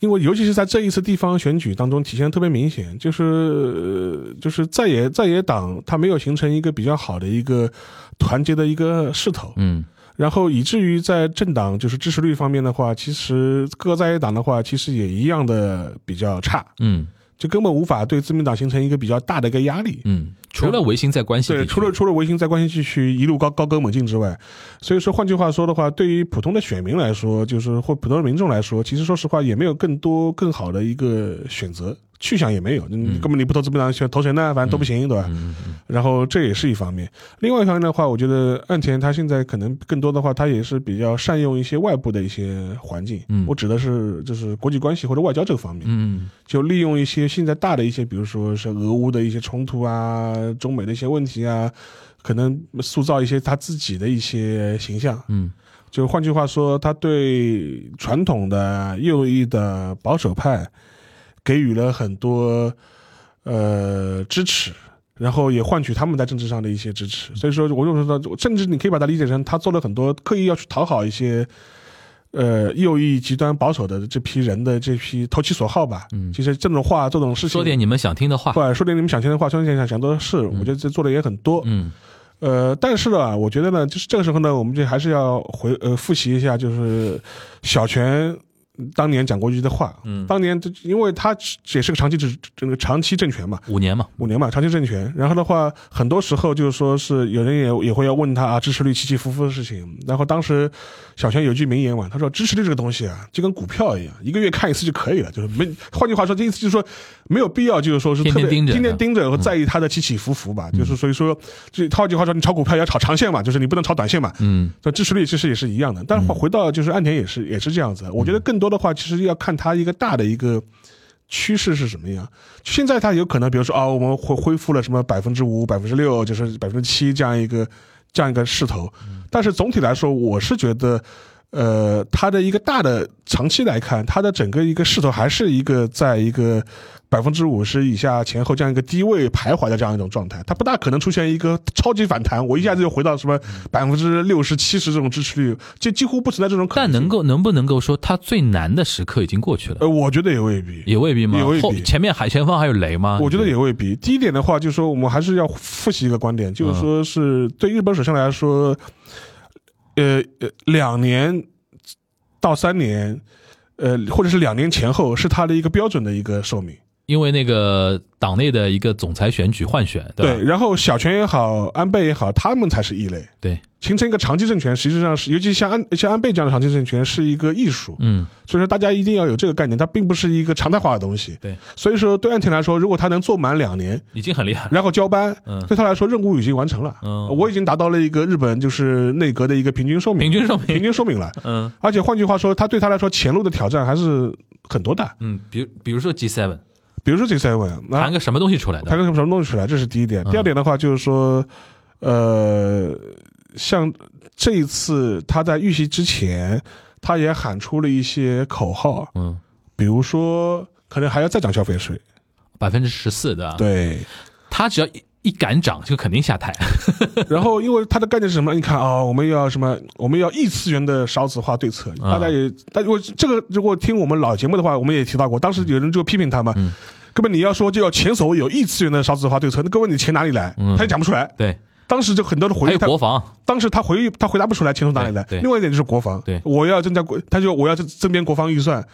因为尤其是在这一次地方选举当中体现得特别明显，就是、呃、就是在野在野党它没有形成一个比较好的一个团结的一个势头，
嗯
然后以至于在政党就是支持率方面的话，其实各在野党的话其实也一样的比较差。
嗯
就根本无法对自民党形成一个比较大的一个压力。
嗯，除了维新在关系地
对，
区，
除了除了维新在关西地区一路高高歌猛进之外，所以说换句话说的话，对于普通的选民来说，就是或普通的民众来说，其实说实话也没有更多更好的一个选择。去向也没有，
嗯
你根本你不投自民党选投谁呢？反正都不行，对吧？然后这也是一方面，另外一方面的话，我觉得岸田他现在可能更多的话，他也是比较善用一些外部的一些环境。
嗯
我指的是就是国际关系或者外交这个方面。
嗯
就利用一些现在大的一些，比如说是俄乌的一些冲突啊，中美的一些问题啊，可能塑造一些他自己的一些形象。
嗯
就换句话说，他对传统的右翼的保守派给予了很多呃支持。然后也换取他们在政治上的一些支持，
嗯
所以说，我就说到，甚至你可以把它理解成他做了很多刻意要去讨好一些，呃，右翼极端保守的这批人的这批投其所好吧。
嗯
其实这种话、这种事情，
说点你们想听的话。
对，说点你们想听的话，说点想想做的事，我觉得这做的也很多。
嗯
呃，但是呢，我觉得呢，就是这个时候呢，我们就还是要回呃复习一下，就是小泉当年讲过一句的话。
嗯，
当年这因为他也是个长期执这个长期政权嘛，
五年嘛，
五年嘛，长期政权。然后的话，很多时候就是说是有人也也会要问他啊，支持率起起伏伏的事情。然后当时小泉有一句名言嘛，他说支持率这个东西啊，就跟股票一样，一个月看一次就可以了，就是没。换句话说，这意思就是说没有必要就是说是特别
天天盯着嗯
天天盯着和在意它的起起伏伏吧。就是所以说，这套句话说，你炒股票要炒长线嘛，就是你不能炒短线嘛。
嗯
所以支持率其实也是一样的，但是回到就是岸田也是也是这样子。我觉
嗯
得更多的话，其实要看它一个大的一个趋势是什么样。现在它有可能，比如说啊，我们恢恢复了什么百分之五、百分之六，就是百分之七这样一个这样一个势头。
嗯
但是总体来说，我是觉得，呃，它的一个大的长期来看，它的整个一个势头还是一个在一个百分之五十以下前后这样一个低位徘徊的这样一种状态，它不大可能出现一个超级反弹，我一下子就回到什么
嗯
百分之六十、七十这种支持率，这几乎不存在这种可能性。
但能够能不能够说他最难的时刻已经过去了？
呃，我觉得也未必，
也未必吗？
也未必
后前面海前方还有雷吗？
我觉得也未必。第一点的话，就是说我们还是要复习一个观点，
嗯
就是说是对日本首相来说，呃呃，两年到三年，呃，或者是两年前后是他的一个标准的一个寿命。
因为那个党内的一个总裁选举换选，对吧？
然后小泉也好，安倍也好，他们才是异类。
对，
形成一个长期政权，实际上是，尤其像安像安倍这样的长期政权是一个艺术，
嗯
所以说大家一定要有这个概念，它并不是一个常态化的东西。
对，
所以说对岸田来说，如果他能做满两年，
已经很厉害了。
然后交班，
嗯
对他来说任务已经完成了。
嗯
我已经达到了一个日本就是内阁的一个平均寿命，
平均寿
平
命，
均寿命了。
嗯
而且换句话说，他对他来说前路的挑战还是很多的。
嗯，比如比如说 G seven，
比如说这三位，
谈
啊，
个什么东西出来
谈
的？
个什么什么东西出来，这是第一点。
嗯
第二点的话就是说，呃，像这一次他在遇袭之前，他也喊出了一些口号，
嗯，
比如说可能还要再涨消费税。
百分之十四的，，
对，
他只要一一敢涨，就肯定下台。
然后，因为它的概念是什么？你看啊、我们要什么？我们要异次元的少子化对策。大
啊
家也，但如果这个如果听我们老节目的话，我们也提到过，当时有人就批评他嘛。
嗯
根本你要说就要前所未有异次元的少子化对策，那各位你钱哪里来？
嗯
他也讲不出来。
对，
当时就很多的
还
回
有
忆，他
国防，
当时他回忆他回答不出来钱从哪里来
对对。
另外一点就是国防，
对
我要增加国，他就我要增增编国防预算。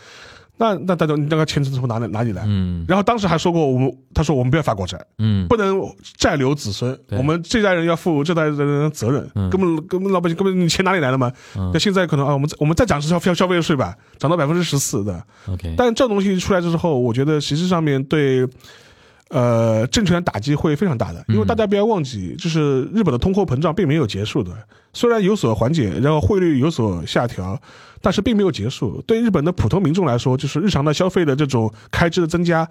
那那大家那个钱是从哪里哪里来？
嗯
然后当时还说过我们，他说我们不要发国债。
嗯，
不能债留子孙，
对
我们这代人要负这代人的责任，
嗯
根本根本老百姓根本你钱哪里来的嘛？
嗯
那、现在可能啊，我们再我们再涨消消消费税吧，涨到百分之十四的，
OK，
但这种东西出来之后，我觉得实际上面对。呃，政权打击会非常大的，因为大家不要忘记，就是日本的通货膨胀并没有结束的，虽然有所缓解，然后汇率有所下调，但是并没有结束。对日本的普通民众来说，就是日常的消费的这种开支的增加，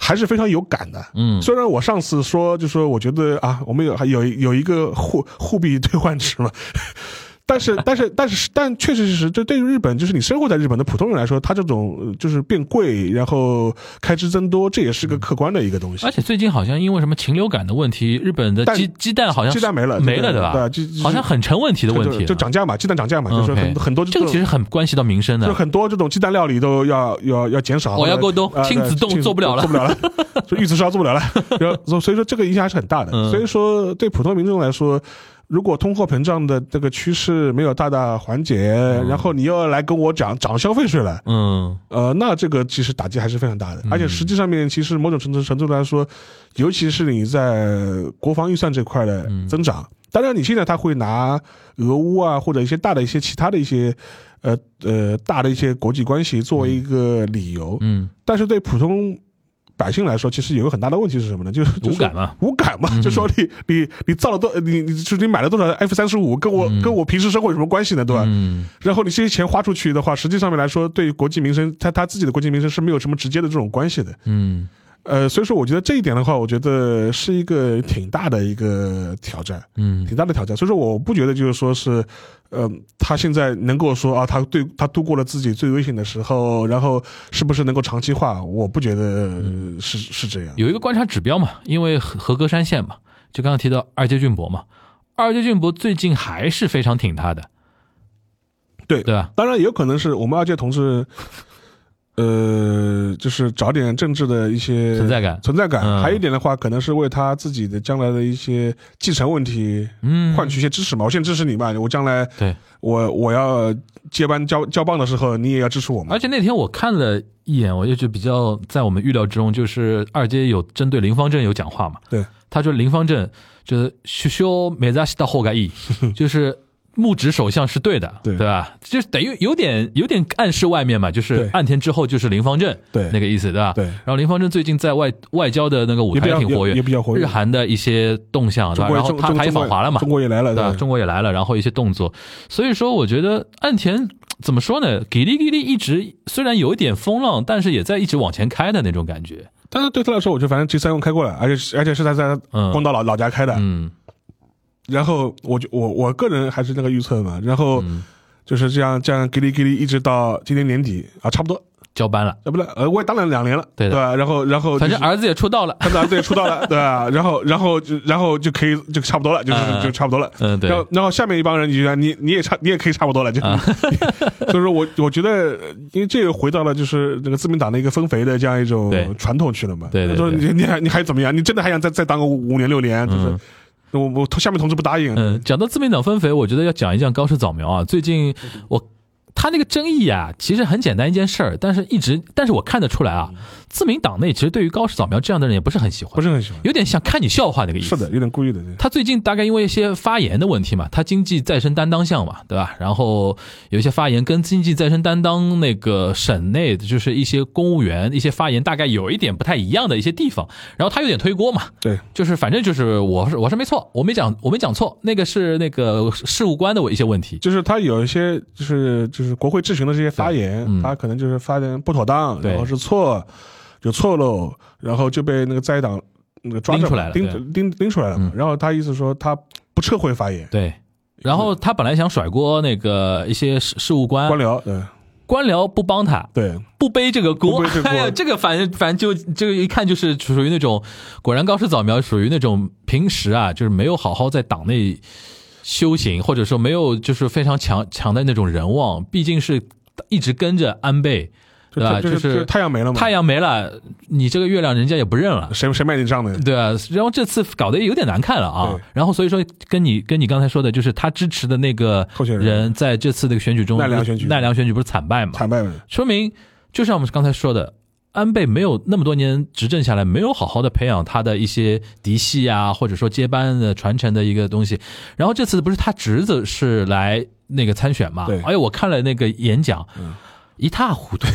还是非常有感的。
嗯
虽然我上次说，就说我觉得啊，我们有还有有一个货货币兑换池嘛，但是但是但是但确确实实，这对于日本就是你生活在日本的普通人来说，它这种呃就是变贵，然后开支增多，这也是个客观的一个东西
而。且最近好像因为什么禽流感的问题，日本的
但
鸡鸡蛋好像
鸡蛋没了，
没了对吧？
对，就
好像很成问题的问题
就
了，
就涨价嘛，鸡蛋涨价嘛，
嗯
就是很
OK
很多
这个其实很关系到民生
就
的
是。很多这种鸡蛋料理都要要要减少，
我要过冬
呃
亲子冻
对亲
做不了了
做不了
<laughs>
了，就玉子烧做不了了。 <laughs> 然后所以说这个影响还是很大的。
嗯
所以说对普通民众来说，如果通货膨胀的这个趋势没有大大缓解，然后你又要来跟我讲涨消费税了，
嗯，
呃，那这个其实打击还是非常大的。而且实际上面，其实某种程度程度来说，尤其是你在国防预算这块的增长，当然你现在他会拿俄乌啊或者一些大的一些其他的一些。呃呃，大的一些国际关系作为一个理由，
嗯，
但是对普通百姓来说，其实有个很大的问题是什么呢？就是
无感嘛，嗯
就是无感嘛，就说你你你造了多，你你就是你买了多少 F 三十五，跟我、跟我平时生活有什么关系呢？对吧？
嗯
然后你这些钱花出去的话，实际上面来说，对于国计民生，他他自己的国计民生是没有什么直接的这种关系的。
嗯
呃，所以说我觉得这一点的话，我觉得是一个挺大的一个挑战。
嗯
挺大的挑战。所以说，我不觉得就是说是，呃，他现在能够说啊，他对他度过了自己最危险的时候，然后是不是能够长期化？我不觉得、
嗯
呃是是这样。
有一个观察指标嘛，因为和和歌山县嘛，就刚刚提到二阶俊博嘛，二阶俊博最近还是非常挺他的，
对
对吧？
当然，也有可能是我们二届同志，呃，就是找点政治的一些
存在感
存在感。
嗯
还有一点的话，可能是为他自己的将来的一些继承问题，
嗯，
换取一些支持嘛。我现在支持你嘛，我将来
对，
我我要接班交交棒的时候，你也要支持我嘛
而。且那天我看了一眼，我就觉得比较在我们预料之中，就是二阶有针对林方正有讲话嘛，
对，
他说林方正就是修修梅扎西达后
<laughs>
盖伊，就是木指首相是对的，
对
吧？就是等于有点有点暗示外面嘛，就是
对
岸田之后就是林方正，
对
那个意思，对吧？
对
然后林方正最近在外外交的那个舞
也比
台
较
挺活跃，
也也比较活跃
日韩的一些动向，对
中
吧？
国
然后
中
他
中
他也
中国
访华了嘛，
中国也来了，
对吧？啊
吧
中国也来了，然后一些动作，所以说我觉得岸田怎么说呢？给力给力一直虽然有一点风浪，但是也在一直往前开的那种感觉。
但是对他来说，我觉得反正 G 三用开过了，而且是而且是他在
嗯
光岛老、老家开的。
嗯
然后我就我我个人还是那个预测嘛，然后
嗯
就是这样这样给力给力，一直到今年年底啊，差不多，
交班了，
啊不对，呃，我也当了两年了，
对的
吧？然后然哦后、就
反
是、
正儿子也出
<laughs>
道了。
他们队出道了，对吧？然后然后就然后就可以就差不多了，就是、
嗯
就差不多了。
嗯对啊
然后然后下面一帮人，你就觉得你你也差你也可以差不多了，就、 <laughs> 就是我我觉得，因为这个回到了就是那个自民党的一个分肥的这样一种
对
传统去了嘛。
对对
就是
对
你你还你还怎么样？你真的还想再再当个五五年六年？啊就是、
嗯
我我下面同志不答应。啊
嗯，讲到自民党分肥，我觉得要讲一讲高市早苗啊。最近我他那个争议啊，其实很简单一件事儿，但是一直但是我看得出来啊，
嗯
自民党内其实对于高市早苗这样的人也不是很喜欢，
不是很喜欢。
有点像看你笑话那个意思。
是的，有点故意的。对
他最近大概因为一些发言的问题嘛，他经济再生担当项嘛，对吧？然后有一些发言跟经济再生担当那个省内的就是一些公务员一些发言大概有一点不太一样的一些地方，然后他有点推锅嘛， <laughs>
对，
就是反正就是我是我是没错，我没讲我没讲错，那个是那个事务官的我一些问题，
就是他有一些就是就是国会质询的这些发言，
嗯
他可能就是发言不妥当，
对
然后是错，有错漏，然后就被那个在野党那个抓着
拎出来了对
拎拎拎出来了嘛。
嗯
然后他意思说他不撤回发言，
对。然后他本来想甩锅那个一些事事务官，
官僚，对
官僚不帮他，
对，
不背这个锅，
不背这个锅
哎呀，这个反正反正就这个一看就是属于那种，果然高市早苗属于那种平时啊，就是没有好好在党内修行，或者说没有就是非常强强的那种人望，毕竟是一直跟着安倍，对吧？
就就是
是
太阳没了嘛，
太阳没了，你这个月亮人家也不认了。
谁谁买你账的？
对啊，然后这次搞得也有点难看了啊
对。
然后所以说，跟你跟你刚才说的，就是他支持的那个
候选人
人，在这次的选举中，
奈良选举
奈良选举不是惨败嘛？
惨败了，
说明就像我们刚才说的，安倍没有那么多年执政下来，没有好好的培养他的一些嫡系啊，或者说接班的传承的一个东西。然后这次不是他侄子是来那个参选嘛？
对嗯
哎呦，我看了那个演讲，一塌糊涂。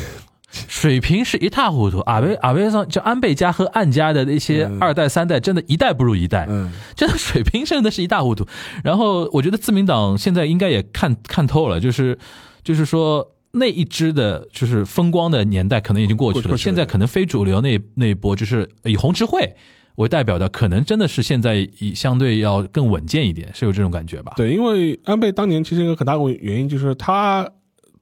水平是一塌糊涂。啊阿维阿维桑就安倍家和岸家的那些二代三代，真的一代不如一代，
嗯，
真的水平真的是一塌糊涂。然后我觉得自民党现在应该也看看透了，就是就是说。那一支的，就是风光的年代，可能已经过去
过
了。
过去了
现在可能非主流那那一波，就是以红十会为代表的，可能真的是现在以相对要更稳健一点，是有这种感觉吧？
对，因为安倍当年其实有一个很大的原因就是他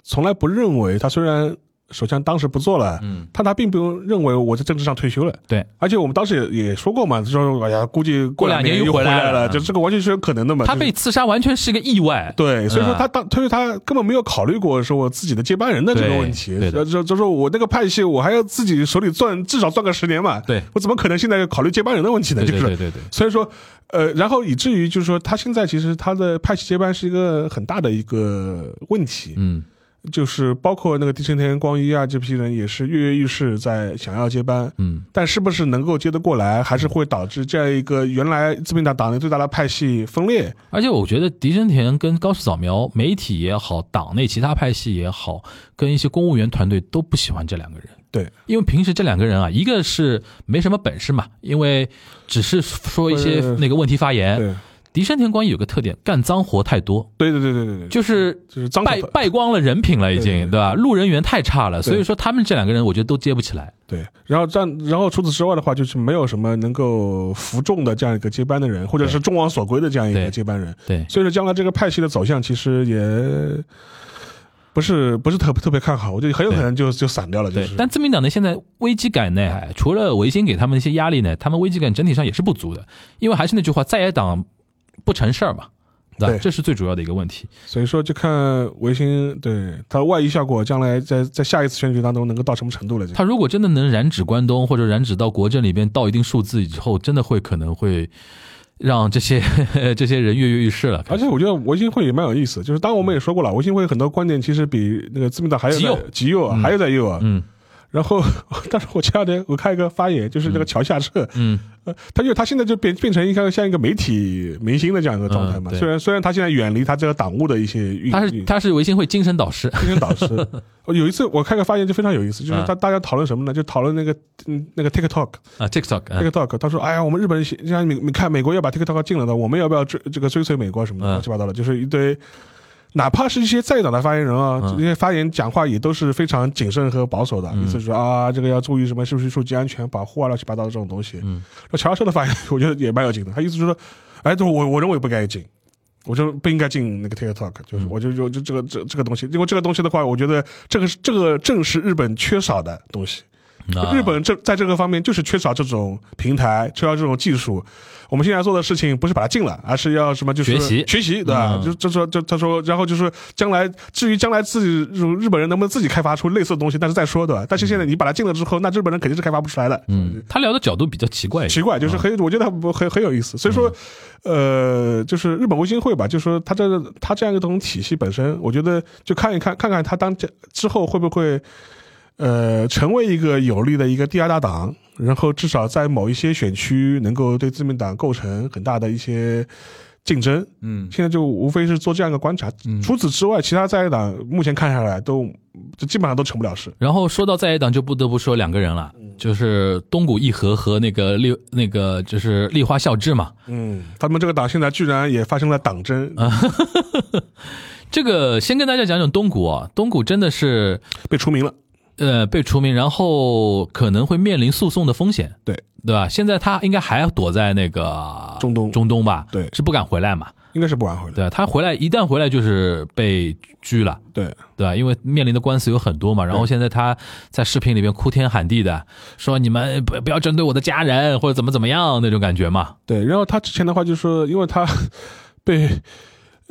从来不认为他虽然首相当时不做了，
嗯，
但他并不认为我在政治上退休了。
对，
而且我们当时也也说过嘛，就是哎呀，估计过
两年
年
又
又
回来
来
了嗯
就这个完全是有可能的嘛。
他
就是
被刺杀完全是个意外。
对，所以说
嗯
他当，所以他根本没有考虑过说我自己的接班人的这个
对
问题。
对的
就就说我那个派系，我还要自己手里攥，至少攥个十年嘛。
对
我怎么可能现在考虑接班人的问题呢？
对
就是
对对对对，
所以说，呃，然后以至于就是说，他现在其实他的派系接班是一个很大的一个问题，
嗯，
就是包括那个地震天光一啊这批人也是跃跃欲试，在想要接班，
嗯，
但是不是能够接得过来，还是会导致这样一个原来自民党党内最大的派系分裂。
而且我觉得狄真田跟高市早苗，媒体也好，党内其他派系也好，跟一些公务员团队都不喜欢这两个人。
对，
因为平时这两个人啊，一个是没什么本事嘛，因为只是说一些
呃
那个问题发言。
对，
狄山田光一有个特点，干脏活太多，
对对对对对对，
就是
就是张口
败败光了人品了，已
对对
经
对
对吧？路人缘太差了，所以说他们这两个人，我觉得都接不起来。
对，然后这样，然后除此之外的话，就是没有什么能够服众的这样一个接班的人，或者是众望所归的这样一
对
个接班人。
对，
所以说，将来这个派系的走向其实也不是不是特特别看好，我觉得很有可能就就散掉了，就
对
是，
但自民党呢，现在危机感呢，哎除了维新给他们一些压力呢，他们危机感整体上也是不足的，因为还是那句话，在野党不成事儿嘛，对吧？
对
这是最主要的一个问题。
所以说就看维新对它的外溢效果，将来在在下一次选举当中能够到什么程度了。这个
他如果真的能染指关东，或者染指到国政里边到一定数字以后，真的会可能会让这些 <laughs> 这些人跃跃欲试了。
而且我觉得维新会也蛮有意思，就是当然我们也说过了，维新会很多观点其实比那个自民党还要
极右
在极右啊，还有在右啊。
嗯
然后， <laughs> 但是我前两天我看一个发言，就是那个桥下彻，
嗯，
呃，他因为他现在就变变成一个像一个媒体明星的这样一个状态
嗯
嘛。
对
虽然虽然他现在远离他这个党务的一些运，
<laughs> 他
运
是他是维新会精神导师，
精神导师。我有一次我看个发言就非常有意思，
嗯
就是他大家讨论什么呢？就讨论那个嗯那个 TikTok，TikTok，
啊，TikTok，嗯
他说哎呀，我们日本现在美你看美国要把 TikTok 禁了的，我们要不要追这个追随美国什么的
嗯
乱七八糟的，就是一堆。哪怕是一些在野党的发言人啊，
嗯
这些发言讲话也都是非常谨慎和保守的，意思是说啊，这个要注意什么是不是数据安全保护啊，乱七八糟的这种东西。
嗯，
那乔社的发言 <laughs> 我觉得也蛮有劲的，他意思就是说，哎，对我我认为不该进，我就不应该进那个 TikTok，就是
嗯
我就就就这个这这个东西，因为这个东西的话，我觉得这个是这个正是日本缺少的东西。
啊
日本这在这个方面就是缺少这种平台，缺少这种技术。我们现在做的事情不是把它禁了，而是要什么就是
学习
学习，对吧？
嗯
就就说就他说，然后就是将来至于将来自己日日本人能不能自己开发出类似的东西，那是再说，对吧？但是现在你把它禁了之后，那日本人肯定是开发不出来的。
嗯，他聊的角度比较奇怪一点，
奇怪，就是很，我觉得很很很有意思。所以说，呃，就是日本维新会吧，就是说它这它这样一种体系本身，我觉得就看一看看看它当这之后会不会，呃，成为一个有力的一个第二大党，然后至少在某一些选区能够对自民党构成很大的一些竞争。
嗯
现在就无非是做这样一个观察，除此之外，其他在野党目前看下来都就基本上都成不了事。
然后说到在野党，就不得不说两个人了，
嗯
就是东谷一和和那个立那个就是立花孝志嘛。
嗯，他们这个党现在居然也发生了党争，
这个先跟大家讲讲东谷啊，东谷真的是
被除名了。
呃被除名，然后可能会面临诉讼的风险，
对
对吧？现在他应该还躲在那个
中东
中东吧？
对
是不敢回来嘛？
应该是不挽回的。
对吧，他回来一旦回来就是被拘了。
对，
对吧？因为面临的官司有很多嘛，然后现在他在视频里边哭天喊地的，说你们不不要针对我的家人或者怎么怎么样那种感觉嘛。
对，然后他之前的话就是说，因为他 <laughs> 被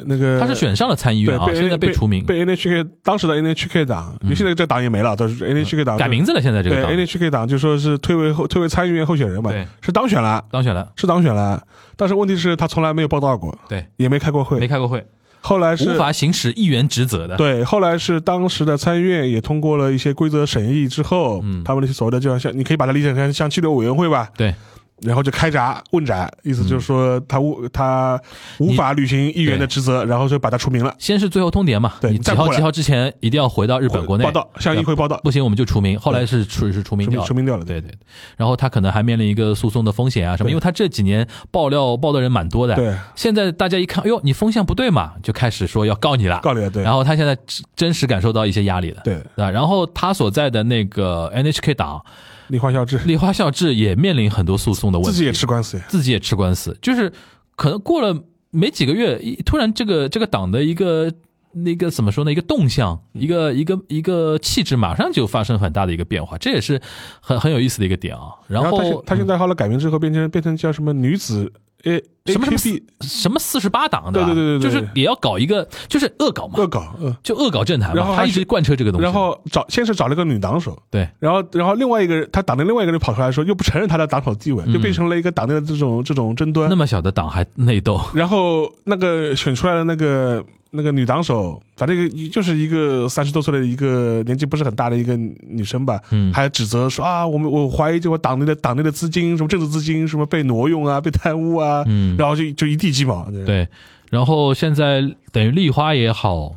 那个
他是选上了参议
呃对
院啊，
被
现在被除名，嗯
被 NHK 当时的 NHK 党，因为现在这党也没了，都是 NHK 党
改名字了。现在这
啊对
个党
NHK 党就说是推为后推为参议院候选人嘛
对，
是当选了，
当选了，
是当选了，但是问题是他从来没有报道过，
对，
也没开过
没
会，
开过会，
后来
无
是。
法行使议员职责的。
对，后来是当时的参议院也通过了一些规则审议之后，
嗯
他们那些所谓的就像像你可以把它理解成像气流委员会吧，
对
然后就开闸问斩，意思就是说他无他无法履行议员的职责，然后就把他除名了。
先是最后通牒嘛，
对
你
你
几
再不
号
回来
几号之前一定要回到日本国内
报道向议会报道
不行我们就除名。后来是除是除
除
名
名
掉了，
除名掉了
对对。然后他可能还面临一个诉讼的风险啊什么，
对
因为他这几年爆料爆的人蛮多的。
对，
现在大家一看，哎呦，你风向不对嘛，就开始说要告你了。
告你了对
然后他现在真真实感受到一些压力了。
对
对吧？然后他所在的那个 NHK 党
立花孝志
立花孝志也面临很多诉讼的问题，
自己也吃官司，
自己也吃官司，就是可能过了没几个月，一突然这个这个党的一个那个怎么说呢，一个动向，一个一个一个气质，马上就发生很大的一个变化，这也是很很有意思的一个点啊。然
然后他现
后
他现在后来改名之后变成变成叫什么女子 A
什
A
么什么
P
四
B
什么四十八党的吧，
对对
啊
对对对
就是也要搞一个，就是恶搞嘛
恶，搞，嗯，
就恶搞政坛
然后
嘛，他
还
一直
是
贯彻这个东西。
然后找先是找了个女党首，
对
然后然后另外一个人他党内另外一个人跑出来说又不承认他的党首地
嗯
位，就变成了一个党内的这种这种争端
那。么小的党还内斗，
然后那个选出来的那个那个女党首，反正一个就是一个三十多岁的一个年纪不是很大的一个女生吧，
嗯
还指责说啊，我们我怀疑这个党内的党内的资金什么政治资金什么被挪用啊，被贪污啊，
嗯
然后就就一地鸡毛，对
对。然后现在等于立花也好，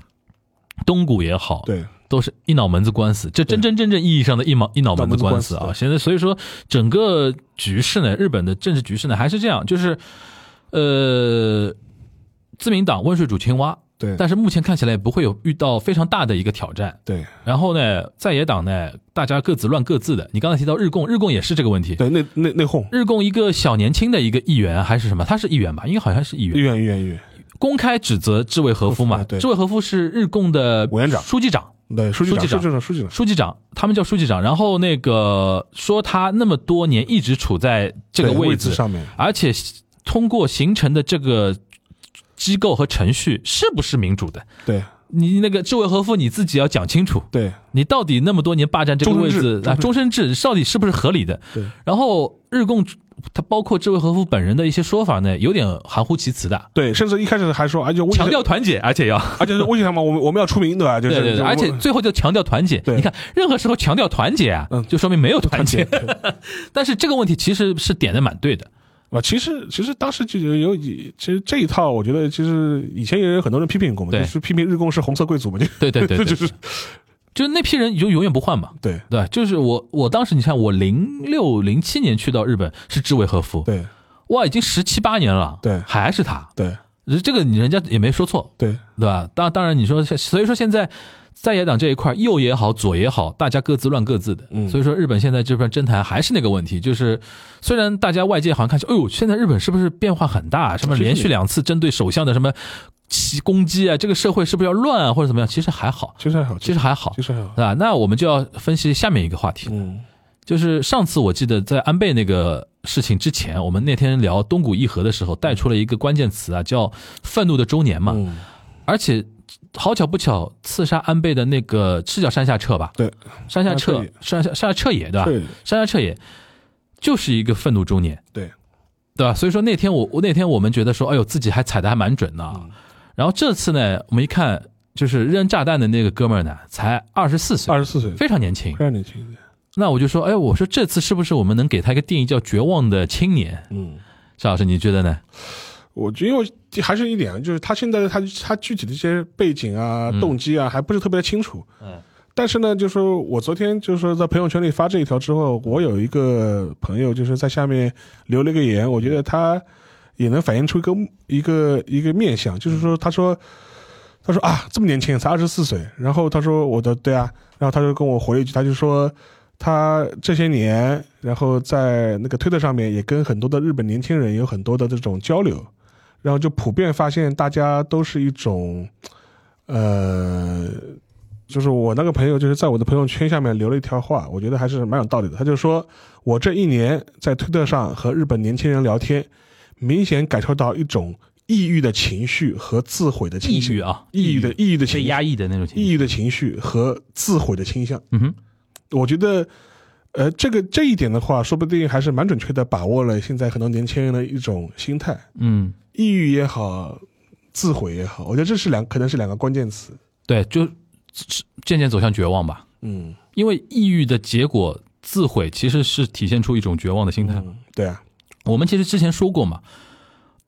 东谷也好，
对
都是一脑门子官司，这真真正正意义上的一脑一脑门子官司
脑
啊！
门子官司
现在所以说整个局势呢，日本的政治局势呢还是这样，就是呃，自民党温水煮青蛙，
对
但是目前看起来也不会有遇到非常大的一个挑战。
对
然后呢，在野党呢，大家各自乱各自的。你刚才提到日共，日共也是这个问题。
对内内内讧，
日共一个小年轻的一个议员还是什么？他是议员吧？应该好像是议员
议。员议员议员，
公开指责志卫和夫嘛？
和夫对
志卫和夫是日共的
委员长
书记长。
对书记
书
长
记
书
长
记长书记长，
书记长，他们叫书记长。然后那个说他那么多年一直处在这个
对
位
位
置
置上面
而且通过形成的这个机构和程序是不是民主的？
对
你那个志维和夫你自己要讲清楚，
对
你到底那么多年霸占这个位置
终身制
啊，终身制到底是不是合理的？
对。
然后日共他包括志维和夫本人的一些说法呢，有点含糊其辞的，
对，甚至一开始还说，而且威胁
强调团结，而且要。
而且是威胁他们，我们我们要出名对吧？就是
对对
就
对，
是
而且
我
最后就强调团结。
对
你看，任何时候强调团结啊，
嗯
就说明没有团结。
团
但是这个问题其实是点的蛮对的，
啊，其实其实当时就有有，其实这一套，我觉得其实以前也有很多人批评过嘛，
对
就是批评日共是红色贵族嘛，就
对对对
<laughs>
对
就是
就是那批人你就永远不换嘛。
对
对吧，就是我，我当时你看，我零六零七年去到日本是知尾和夫，
对
哇，已经十七八年了，
对
还是他，
对
这个你人家也没说错，
对
对吧？当当然你说，所以说现在在野党这一块，右也好，左也好，大家各自乱各自的。
嗯
所以说日本现在这份政坛还是那个问题，就是虽然大家外界好像看起来，哎呦，现在日本是不是变化很大？什么连续两次针对首相的什么袭攻击啊，这个社会是不是要乱啊，或者怎么样？其实还好，
其实还好，
其实还好
其，实还好，
啊。那我们就要分析下面一个话题，
嗯，
就是上次我记得在安倍那个事情之前，我们那天聊东谷义和的时候，带出了一个关键词啊，叫“愤怒的周年”嘛。
嗯
而且好巧不巧，刺杀安倍的那个是叫山下彻吧？
对，
山下彻，山下山下彻也对吧
对？
山下彻也就是一个愤怒周年，
对
对吧？所以说那天我我那天我们觉得说，哎呦，自己还踩的还蛮准的、
嗯
啊。然后这次呢，我们一看，就是扔炸弹的那个哥们儿呢，才二十四岁，
二十四岁，非
非常年轻。
常年轻，
那我就说，哎，我说这次是不是我们能给他一个定义叫绝望的青年？
嗯，
邵老师，你觉得呢？
我觉得我还是一点，就是他现在的他他具体的一些背景啊、动机啊，还不是特别清楚。
嗯。
但是呢，就是说我昨天就是说在朋友圈里发这一条之后，我有一个朋友就是在下面留了一个言，我觉得他也能反映出一个一个一个面相，就是说他说他说啊这么年轻才二十四岁，然后他说我的对啊，然后他就跟我回了一句，他就说他这些年，然后在那个推特上面也跟很多的日本年轻人有很多的这种交流，然后就普遍发现大家都是一种，呃，就是我那个朋友就是在我的朋友圈下面留了一条话，我觉得还是蛮有道理的。他就说我这一年在推特上和日本年轻人聊天，明显感受到一种抑郁的情绪和自毁的
抑
情绪
郁，啊，
抑郁的抑郁的情
被
绪
压抑的那种情绪。
抑郁的情绪和自毁的倾向。
嗯哼，
我觉得，呃，这个这一点的话，说不定还是蛮准确的把握了现在很多年轻人的一种心态，
嗯。
抑郁也好，自毁也好，我觉得这是两可能是两个关键词。
对，就是渐渐走向绝望吧。
嗯，
因为抑郁的结果，自毁其实是体现出一种绝望的心态。
对啊，
我们其实之前说过嘛，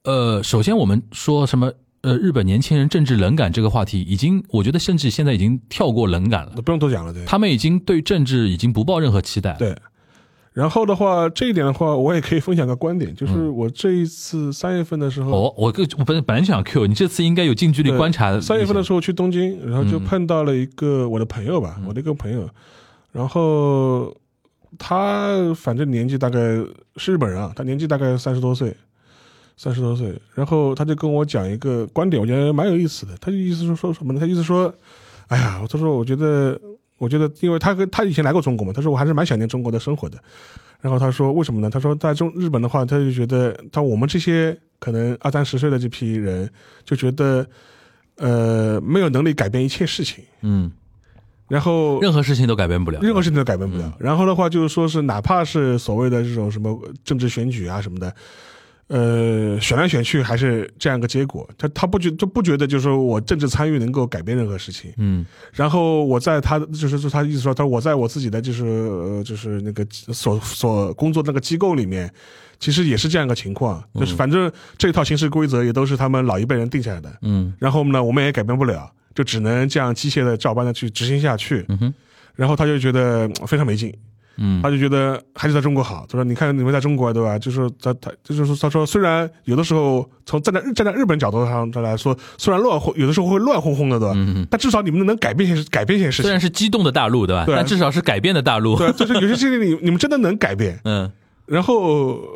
呃，首先我们说什么呃，日本年轻人政治冷感这个话题，已经我觉得甚至现在已经跳过冷感了，
不用多讲了，对。
他们已经对政治已经不抱任何期待了。
对。然后的话，这一点的话，我也可以分享个观点，就是我这一次三月份的时候，
哦，我个我本本来就想 Q 你，这次应该有近距离观察一下。嗯
三月份的时候去东京，然后就碰到了一个我的朋友吧，我的一个朋友，然后他反正年纪大概是日本人啊，他年纪大概三十多岁，三十多岁，然后他就跟我讲一个观点，我觉得蛮有意思的。他就意思是说什么呢？他意思说，哎呀，他说我觉得，我觉得，因为他跟他以前来过中国嘛，他说我还是蛮想念中国的生活的。然后他说为什么呢？他说在中日本的话，他就觉得，他我们这些可能二三十岁的这批人就觉得，呃，没有能力改变一切事情，
嗯，
然后
任何事情都改变不了。
任何嗯事情都改变不了。然后的话，就是说是哪怕是所谓的这种什么政治选举啊什么的，呃，选来选去还是这样一个结果。他他不觉就不觉得就是说我政治参与能够改变任何事情。
嗯
然后我在他就是说他意思说，他说我在我自己的就是呃就是那个所所工作那个机构里面，其实也是这样一个情况，
嗯
就是反正这套行事规则也都是他们老一辈人定下来的。
嗯
然后呢，我们也改变不了，就只能这样机械的照搬的去执行下去。
嗯哼
然后他就觉得嗯非常没劲，
嗯
他就觉得还是在中国好。他说：“你看你们在中国对吧？就是他他就是说他说虽然有的时候从站在日站在日本角度上来说，虽然乱哄有的时候会乱哄哄的对吧？
嗯，
但至少你们能改变些改变些事
虽
情。
然是激动的大陆，对吧？
对
但至少是改变的大陆。
对，就是有些事情你你们真的能改变。
嗯
然后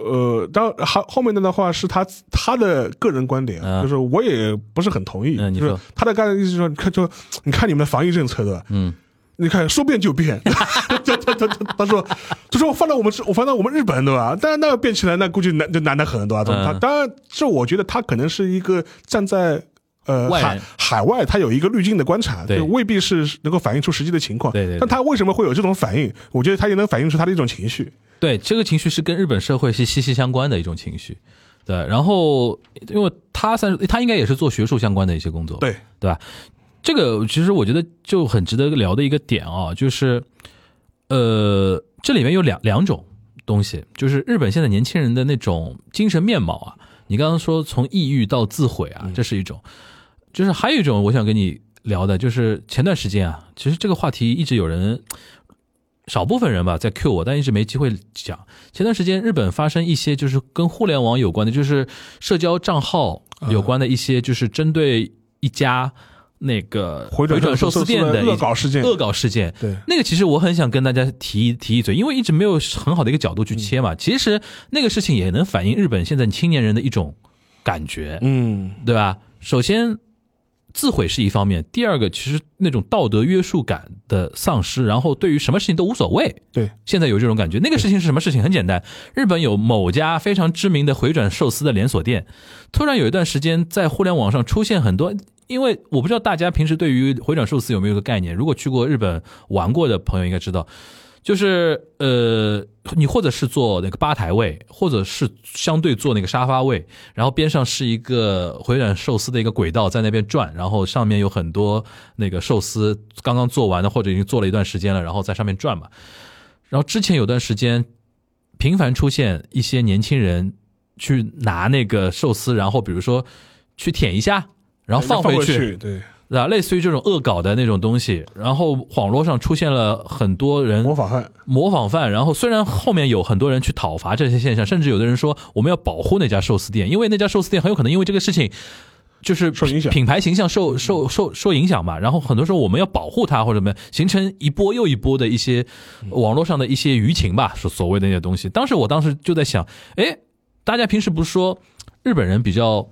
呃，当后后面的的话是他他的个人观点，
啊
就是我也不是很同意。
嗯你
就是
说
他的概念意思是说，你看就你看你们的防疫政策对吧？
嗯
你看说变就变， <laughs> 他他他他他说，他说我放到我们我放到我们日本对吧？但那变起来那估计难就难得很对吧？
嗯
他当然这我觉得他可能是一个站在。呃，
外人
海海外他有一个滤镜的观察，
对
就未必是能够反映出实际的情况。
对对对
但他为什么会有这种反应？我觉得他也能反映出他的一种情绪。
对，这个情绪是跟日本社会是息息相关的一种情绪。对，然后因为他算是他应该也是做学术相关的一些工作，
对，
对吧？这个其实我觉得就很值得聊的一个点啊，就是呃，这里面有两两种东西，就是日本现在年轻人的那种精神面貌啊。你刚刚说从抑郁到自毁
嗯
啊，这是一种，就是还有一种我想跟你聊的，就是前段时间啊，其实这个话题一直有人少部分人吧在 Q 我，但一直没机会讲。前段时间日本发生一些就是跟互联网有关的，就是社交账号
嗯
有关的一些，就是针对一家那个
回转
转寿司店的一
恶搞事件，
恶搞事件。
对
那个其实我很想跟大家提一提一嘴，因为一直没有很好的一个角度去
嗯
切嘛。其实那个事情也能反映日本现在青年人的一种感觉，
嗯，
对吧？首先，自毁是一方面；第二个，其实那种道德约束感的丧失，然后对于什么事情都无所谓。
对，
现在有这种感觉。那个事情是什么事情？很简单，日本有某家非常知名的回转寿司的连锁店，突然有一段时间在互联网上出现很多。因为我不知道大家平时对于回转寿司有没有一个概念，如果去过日本玩过的朋友应该知道，就是呃，你或者是坐那个吧台位，或者是相对坐那个沙发位，然后边上是一个回转寿司的一个轨道在那边转，然后上面有很多那个寿司刚刚做完的或者已经做了一段时间了，然后在上面转嘛。然后之前有段时间频繁出现一些年轻人去拿那个寿司，然后比如说去舔一下，然后放
回
回去，
对，
啊，类似于这种恶搞的那种东西，然后网络上出现了很多人
模仿犯，
模仿犯，然后虽然后面有很多人去讨伐这些现象，甚至有的人说我们要保护那家寿司店，因为那家寿司店很有可能因为这个事情。就是
受影响
品牌形象受受受受影响嘛。然后很多时候我们要保护它或者什么，形成一波又一波的一些网络上的一些舆情吧，所所谓的那些东西。当时我当时就在想，哎，大家平时不是说日本人比较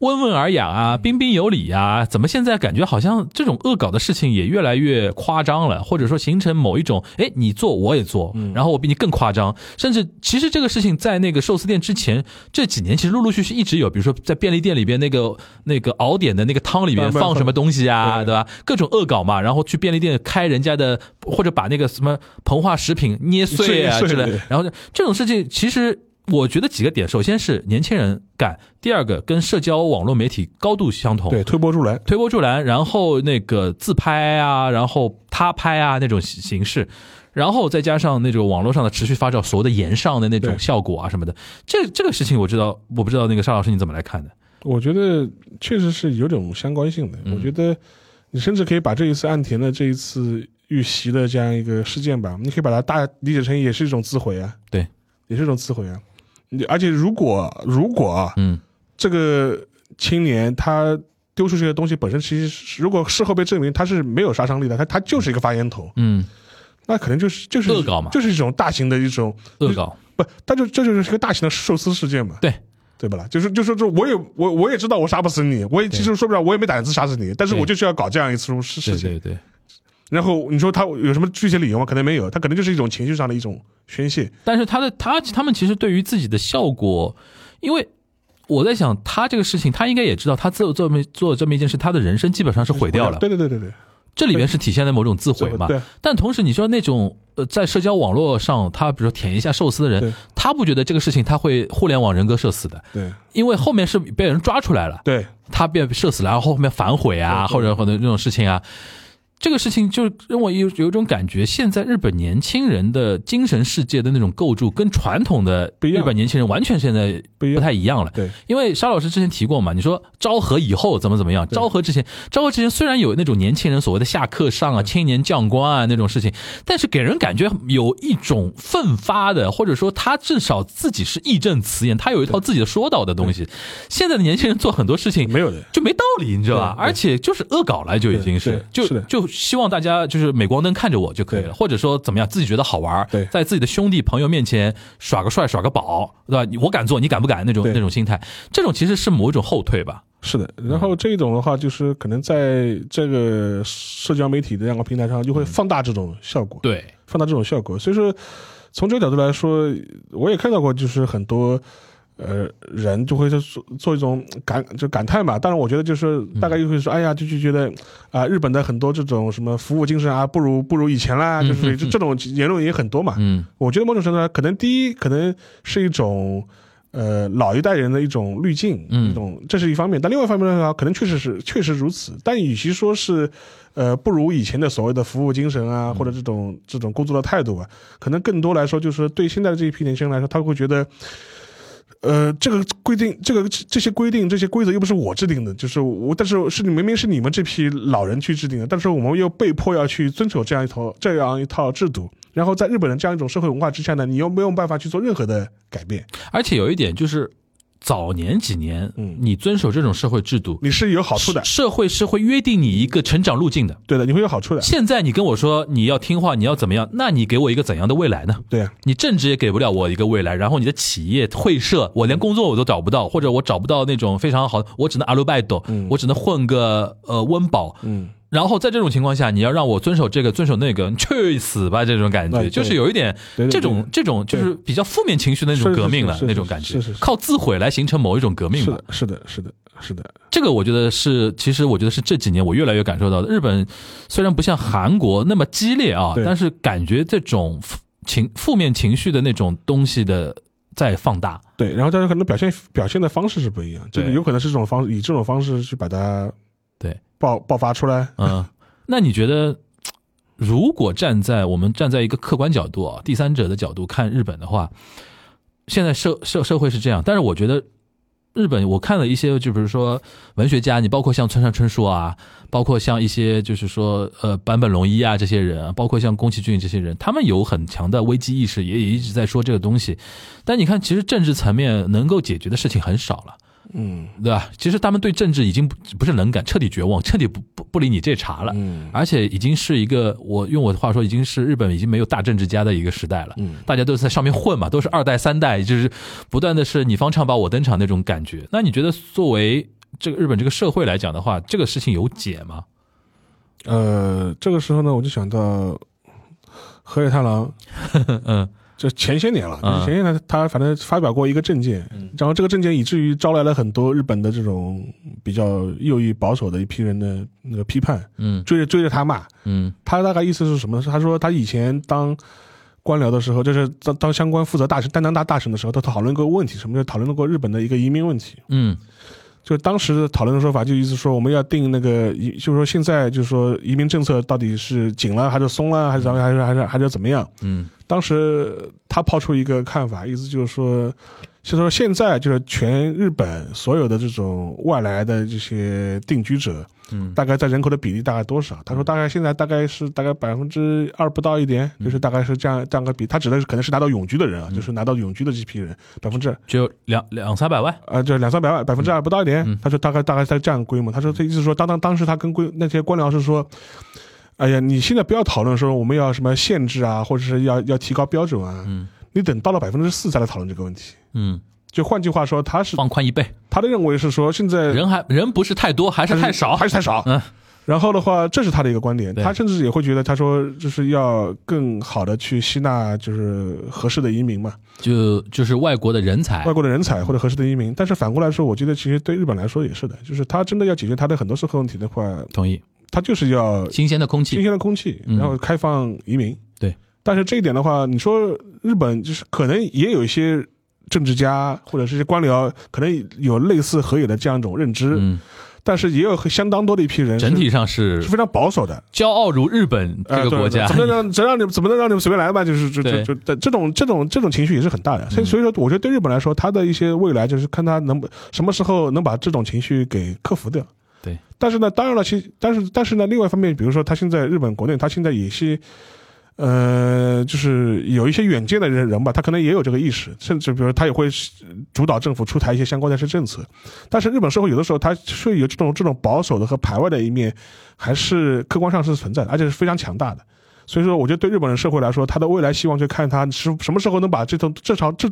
温文尔雅啊，彬彬有礼啊，怎么现在感觉好像这种恶搞的事情也越来越夸张了，或者说形成某一种，哎，你做我也做，
嗯
然后我比你更夸张，甚至其实这个事情在那个寿司店之前这几年，其实陆陆续续一直有，比如说在便利店里边那个那个熬点的那个汤里边
慢慢
放什么
放
东西啊，
对
对吧？各种恶搞嘛，然后去便利店开人家的，或者把那个什么膨化食品捏碎啊
碎
之类
碎
的，然后就这种事情其实我觉得几个点，首先是年轻人干，第二个跟社交网络媒体高度相同，
对，推波助澜，
推波助澜，然后那个自拍啊，然后他拍啊那种形形式，然后再加上那种网络上的持续发酵，所谓的延上的那种
对
效果啊什么的，这这个事情我知道，我不知道那个沙老师你怎么来看的？
我觉得确实是有种相关性的。
嗯
我觉得你甚至可以把这一次岸田的这一次遇袭的这样一个事件吧，你可以把它大理解成也是一种自毁啊，
对，
也是一种自毁啊。你而且如果如果啊，
嗯，
这个青年他丢出去的东西本身其实是如果事后被证明他是没有杀伤力的，他他就是一个发烟筒，
嗯，
那可能就是就是
恶搞嘛
就是一种大型的一种
恶搞，
不，他就这就是一个大型的寿司事件嘛。
对，
对吧啦？就是就是这，我也我我也知道我杀不死你，我也其实说不了，我也没胆子杀死你，但是
对
我就是要搞这样一次事事
对
情。
对对。
然后你说他有什么具体理由吗？可能没有，他可能就是一种情绪上的一种宣泄。
但是他的他他们其实对于自己的效果，因为我在想他这个事情，他应该也知道他做做么做这么一件事，他的人生基本上是毁掉了。
对对对对对，
这里面是体现了某种自毁嘛。
对
但同时，你说那种呃，在社交网络上，他比如说舔一下寿司的
对
人，他不觉得这个事情他会互联网人格社死的，
对
因为后面是被人抓出来了，
对，
他被社死了，然后后面反悔啊，或者或者那种事情啊。这个事情就让我有有一种感觉，现在日本年轻人的精神世界的那种构筑，跟传统的
不一
日
样
本年轻人完全现在
不一样
不太一样了。
对
因为沙老师之前提过嘛，你说昭和以后怎么怎么样？昭和之前，昭和之前虽然有那种年轻人所谓的下课上
嗯
啊、青年将官啊那种事情，但是给人感觉有一种奋发的，或者说他至少自己是义正辞严，他有一套自己的说道的东西。现在的年轻人做很多事情
没有的。
就没道理，你知道吧？而且就是恶搞了，就已经是，
对
就
对是的
就希望大家就是镁光灯看着我就可以了，
对
或者说怎么样，自己觉得好玩儿
对
在自己的兄弟朋友面前耍个帅、耍个宝，对吧？你我敢做，你敢不敢？那种
对
那种心态，这种其实是某一种后退吧。
是的，然后这种的话，就是可能在这个社交媒体的两个平台上，就会放大这种效果。
对，
放大这种效果。所以说，从这个角度来说，我也看到过，就是很多呃人就会就做做一种感就感叹吧。当然，我觉得就是大概就会说，哎呀，就就觉得啊、日本的很多这种什么服务精神啊，不如不如以前啦，就是这这种言论也很多嘛。
嗯，
我觉得某种程度上，可能第一可能是一种。呃，老一代人的一种滤镜，
嗯
一种这是一方面，但另外一方面的话，可能确实是确实如此。但与其说是，呃，不如以前的所谓的服务精神啊，或者这种这种工作的态度啊，可能更多来说，就是对现在的这一批年轻人来说，他会觉得，呃，这个规定，这个这这些规定，这些规则又不是我制定的，就是我，但是是你明明是你们这批老人去制定的，但是我们又被迫要去遵守这样一套这样一套制度。然后在日本人这样一种社会文化之下呢，你又没有办法去做任何的改变，
而且有一点就是，早年几年，
嗯
你遵守这种社会制度，
你是有好处的，啊
社会是会约定你一个成长路径的。
对的，你会有好处的，
现在你跟我说你要听话，你要怎么样？那你给我一个怎样的未来呢？
对啊呀、
你政治也给不了我一个未来，然后你的企业会社，我连工作我都找不到，或者我找不到那种非常好，我只能阿鲁拜斗，我只能混个呃温饱。
嗯，
然后在这种情况下，你要让我遵守这个遵守那个，你去死吧！这种感
哎
觉
对
就是有一点
对对
这种这种就是比较负面情绪的那种
是是
革命了
是是
那种感觉
是是，是
靠自毁来形成某一种革命
是
吧
的，。是的，是的，是的，
这个我觉得是，其实我觉得是这几年我越来越感受到的。日本虽然不像韩国那么激烈啊，
对
但是感觉这种负情负面情绪的那种东西的在放大。
对，然后但是可能表现表现的方式是不一样，这个
对
有可能是这种方式，以这种方式去把它
对
爆爆发出来。
嗯，那你觉得，如果站在我们站在一个客观角度啊，第三者的角度看日本的话，现在社社社会是这样，但是我觉得日本，我看了一些，就比如说文学家，你包括像村上春树啊，包括像一些就是说呃坂本龙一啊这些人啊，包括像宫崎骏这些人，他们有很强的危机意识，也也一直在说这个东西。但你看，其实政治层面能够解决的事情很少了。
嗯
对吧？其实他们对政治已经不不是冷感，彻底绝望，彻底不不不理你这茬了。
嗯
而且已经是一个，我用我的话说，已经是日本已经没有大政治家的一个时代了。
嗯
大家都是在上面混嘛，都是二代三代，就是不断的是你方唱罢我登场那种感觉。那你觉得作为这个日本这个社会来讲的话，这个事情有解吗？
呃，这个时候呢，我就想到河野太郎，
<laughs> 嗯
就前些年了，就
嗯
是前些年他反正发表过一个政见，然后这个政见以至于招来了很多日本的这种比较右翼保守的一批人的那个批判，
嗯
追着追着他骂。
嗯
他大概意思是什么呢？是他说他以前当官僚的时候，就是当当相关负责大臣担当大大臣的时候，他讨论过问题，什么就讨论过日本的一个移民问题。
嗯
就当时的讨论的说法，就意思说我们要定那个移，就是说现在就是说移民政策到底是紧了还是松了，还是咱们还是还是还是怎么样？
嗯
当时他抛出一个看法，意思就是说，就是说现在就是全日本所有的这种外来的这些定居者，
嗯
大概在人口的比例大概多少？他说大概现在大概是大概百分之二不到一点，就是
嗯
大概是这样这样个比。他指的是可能是拿到永居的人啊，就是拿到永居的这批人，百分之
只有两两三百万，
呃，就两三百万，百分之
嗯
二不到一点。他说大概大概在这样规模。他说他意思说，当当当时他跟规那些官僚是说，哎呀，你现在不要讨论说我们要什么限制啊，或者是要要提高标准啊，
嗯
你等到了百分之四再来讨论这个问题。
嗯，
就换句话说，他是
放宽一倍，
他的认为是说现在
人还人不是太多，还是太少，
呃还是太少。
嗯
<laughs> 然后的话，这是他的一个观点，
对
他甚至也会觉得，他说就是要更好的去吸纳就是合适的移民嘛，
就就是外国的人才
外，国的人才或者合适的移民。但是反过来说，我觉得其实对日本来说也是的，就是他真的要解决他的很多社会问题的话，
同意，
他就是要
新鲜的空
新
气，
鲜的空气，
嗯
然后开放移民。
对，
但是这一点的话，你说日本就是可能也有一些政治家或者是一些官僚，可能有类似河野的这样一种认知，
嗯，
但是也有相当多的一批人是
整体上是
是非常保守的。
骄傲如日本这
呃
个
对
国家
怎，么能让怎么让你们怎么能让你们随便来吧？就是就就
对
就这这种这种这种情绪也是很大的，所以
嗯
所以说，我觉得对日本来说，他的一些未来就是看他能不什么时候能把这种情绪给克服掉。
对，
但是呢，当然了，其但是但是呢，另外一方面，比如说他现在日本国内，他现在也是。呃，就是有一些远见的人人吧，他可能也有这个意识，甚至比如说他也会主导政府出台一些相关的一些政策。但是日本社会有的时候，它是有这种这种保守的和排外的一面，还是客观上是存在的，而且是非常强大的。所以说，我觉得对日本人社会来说，他的未来希望就看他是什么时候能把这种这场这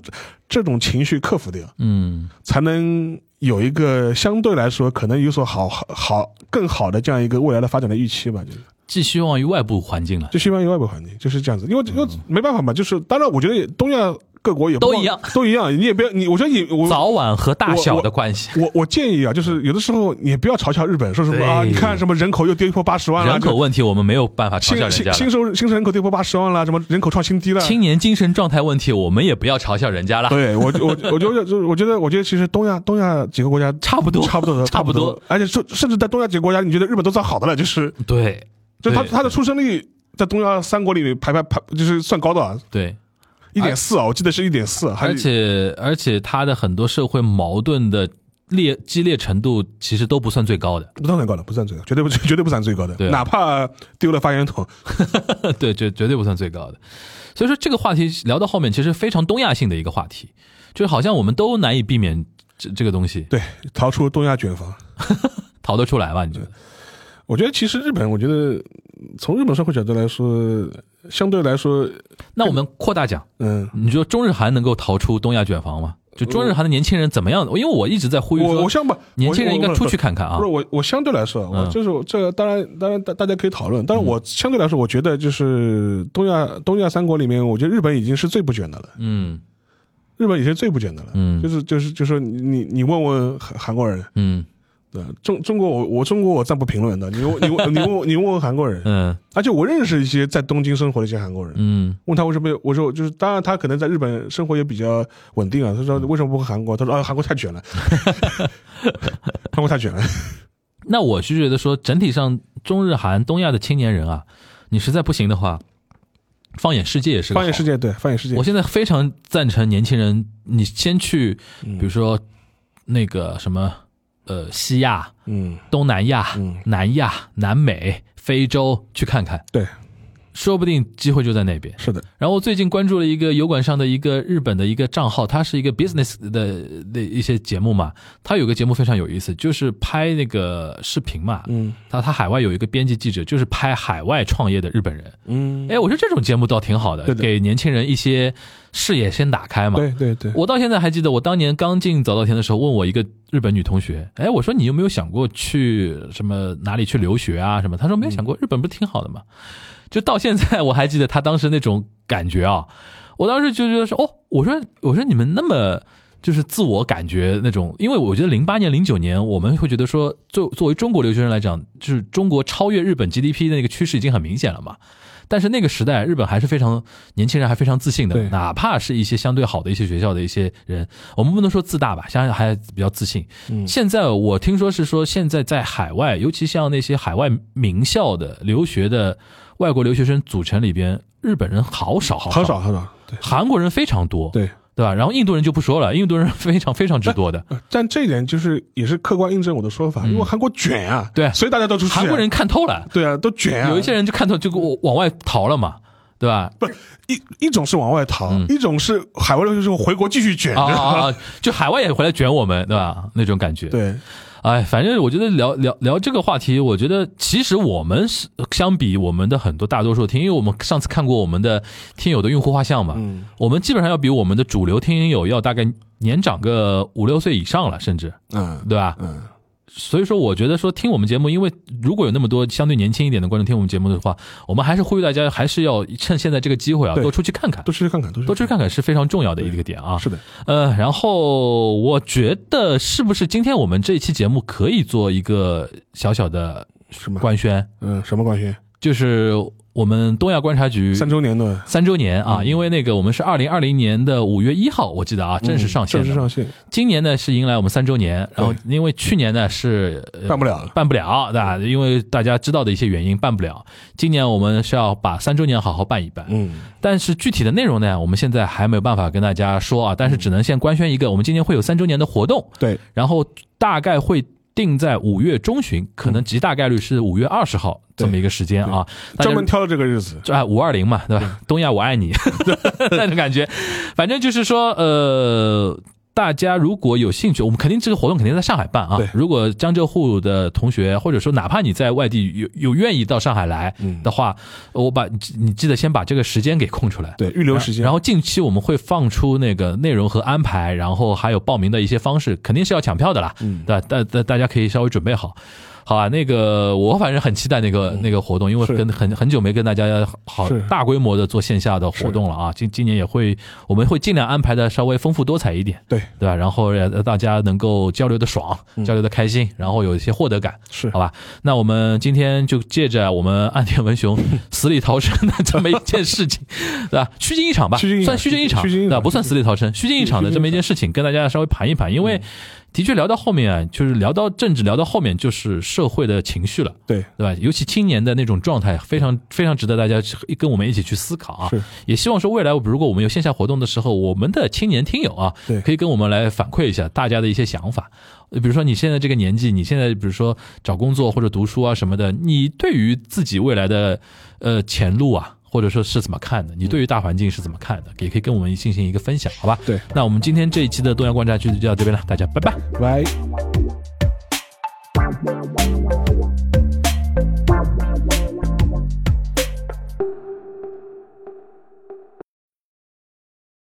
这种情绪克服掉，
嗯
才能有一个相对来说可能有所好好好更好的这样一个未来的发展的预期吧，就是。
寄希望于外部环境啊了，
就西方一个外部环境就是这样子，因为因为没办法嘛，就是当然，我觉得东亚各国也不
都一样，
都一样，你也不要你，我觉得你我
早晚和大小的
<laughs>
关系，
我我建议啊，就是有的时候你也不要嘲笑日本，说什么
对
啊，你看什么人口又跌破八十万了，
人口问题我们没有办法
就
嘲笑人
新
家
新新
了。
收新生人口跌破八十万了，什么人口创新低了。
青年精神状态问题，我们也不要嘲笑人家了。
对我我我觉得就是我觉得我觉得其实东亚东亚几个国家
差不多
差不多的
差不多，
而且甚甚至在东亚几个国家，你觉得日本都算好的了，就是
对，
就他
对
他的出生率在东亚三国里面排排排就是算高的啊，
对，
一点四啊，我记得是一点四，还
而且而且他的很多社会矛盾的烈激烈程度其实都不算最高的， <laughs>
不算最高的，不算最高，绝对不绝对不算最高的，
对啊
哪怕丢了发言筒，
对，绝绝对不算最高的。所以说这个话题聊到后面，其实非常东亚性的一个话题，就是好像我们都难以避免这这个东西
对，逃出东亚卷房。
逃得出来吧？你觉得？
我觉得其实日本，我觉得从日本社会角度来说，相对来说，
那我们扩大讲，
嗯，
你觉得中日韩能够逃出东亚卷房吗？就中日韩的年轻人怎么样？因为我一直在呼吁
我我
说，
相不，
年轻人
我
应该
我
出去看看啊
不是我，我相对来说，啊我
嗯
就是这个当然当然大大家可以讨论，但是我相对来说，我觉得就是东亚东亚三国里面，我觉得日本已经是最不卷的了，
嗯
日本已经是最不卷的了，
嗯
就是就是就是你你你问问韩韩国人，
嗯
对吧中中国我我中国我暂不评论的，你问你问你
<laughs>
问你问问韩国人，
嗯
而且我认识一些在东京生活的一些韩国人，
嗯
问他为什么，我说就是当然他可能在日本生活也比较稳定啊，他
嗯
说为什么不回韩国？他说啊韩国太
<laughs>
卷了，韩国太卷了，
那我是觉得说，整体上中日韩东亚的青年人啊，你实在不行的话，放眼世界也是个
放眼世
界。
界对放眼世界
我，现在非常赞成年轻人，你先去，
嗯
比如说那个什么，呃，西亚、
嗯
东南亚、
嗯
南亚、南美、非洲去看看，
对
说不定机会就在那边。
是的，
然后我最近关注了一个油管上的一个日本的一个账号，它是一个 business 的的一些节目嘛，它有个节目非常有意思，就是拍那个视频嘛，
嗯
他他海外有一个编辑记者，就是拍海外创业的日本人。
嗯，
哎，我觉得这种节目倒挺好的，
对的
给年轻人一些视野先打开嘛。
对对对，
我到现在还记得，我当年刚进早稻田的时候，问我一个日本女同学，哎，我说你有没有想过去什么哪里去留学啊什么？她说没有想过，日本不是挺好的吗？就到现在我还记得她当时那种感觉啊，我当时就觉得说，哦，我说我说你们那么。就是自我感觉那种，因为我觉得零八年、零九年，我们会觉得说，作作为中国留学生来讲，就是中国超越日本 GDP 的那个趋势已经很明显了嘛。但是那个时代，日本还是非常年轻人还非常自信的
对，
哪怕是一些相对好的一些学校的一些人，我们不能说自大吧，相信还比较自信。现在我听说是说，现在在海外，尤其像那些海外名校的留学的外国留学生组成里边，日本人好少好
很少很少，对
韩国人非常多，
对。
对吧？然后印度人就不说了，印度人非常非常之多的。
呃但这一点就是也是客观印证我的说法，因为韩国卷啊，
嗯对
所以大家都出去啊。
韩国人看透了，
对啊，都卷啊。
有一些人就看透就往往外逃了嘛，对吧？
不一一种是往外逃，一种是海外留学生回国继续卷。
啊嗯啊啊！就海外也回来卷我们，对吧？那种感
<laughs>
觉。，
对，
哎，反正我觉得聊聊聊这个话题，我觉得其实我们是相比我们的很多大多数听，因为我们上次看过我们的听友的用户画像嘛，
嗯，
我们基本上要比我们的主流听友要大概年长个五六岁以上了，甚至
嗯
对吧？
嗯，
所以说，我觉得说听我们节目，因为如果有那么多相对年轻一点的观众听我们节目的话，我们还是呼吁大家，还是要趁现在这个机会啊，
对
多出去看看
多，出去看看，多
多出去看看是非常重要的一个点啊。
是的，
呃，然后我觉得是不是今天我们这一期节目可以做一个小小的
什么？
官宣，
嗯，什么官宣？
就是我们东亚观察局
三嗯周年的
三周年啊，因为那个我们是二零二零年的五月一号，我记得啊，正式上
嗯
线
正
的。
式上线，
今年呢是迎来我们三周年，然后因为去年呢是、呃
办不了了
办不了，对吧？
嗯
因为大家知道的一些原因办不了。今年我们是要把三周年好好办一办，
嗯，
但是具体的内容呢，我们现在还没有办法跟大家说啊，但是只能先官宣一个，我们今年会有三周年的活动，
对，
然后大概会定在五月中旬，可
嗯
能极大概率是五月二十号这么一个时间啊。大家
专门挑了这个日子，
就啊五二零嘛，对吧？东亚我爱你 <laughs> 那种感觉，反正就是说呃。大家如果有兴趣，我们肯定这个活动肯定在上海办啊
对。
如果江浙沪的同学，或者说哪怕你在外地有有愿意到上海来的话，我把你记得先把这个时间给空出来。
对，预留时间，
然后近期我们会放出那个内容和安排，然后还有报名的一些方式，肯定是要抢票的啦。嗯，对吧，大大大家可以稍微准备好。好啊，那个我反正很期待那个、那个活动，因为
嗯是
跟很很久没跟大家好
是
大规模的做线下的活动了啊。今今年也会，我们会尽量安排的稍微丰富多彩一点，
对，嗯
对吧？然后让大家能够交流的爽，交流的开心，然后有一些获得感，
是
好吧？那我们今天就借着我们岸田文雄 <laughs> 死里逃生的这么一件事情， <laughs> 对吧？虚惊一场吧，
虚惊一场
算虚惊一场，
虚惊一场
对吧？不算死里逃生，虚惊一场的这么一件事情，跟大家稍微盘一盘，因为的确聊到后面啊，就是聊到政治，聊到后面就是社会的情绪了。
对，
对吧？尤其青年的那种状态，非常非常值得大家去跟我们一起去思考啊。
是，
也希望说未来如果我们有线下活动的时候，我们的青年听友啊，
对
可以跟我们来反馈一下大家的一些想法。呃比如说你现在这个年纪，你现在比如说找工作或者读书啊什么的，你对于自己未来的呃前路啊，或者说是怎么看的？你对于大环境是怎么看的？也可以跟我们进行一个分享，好吧？
对
那我们今天这一期的东阳观察局就到这边了，大家拜拜。
拜。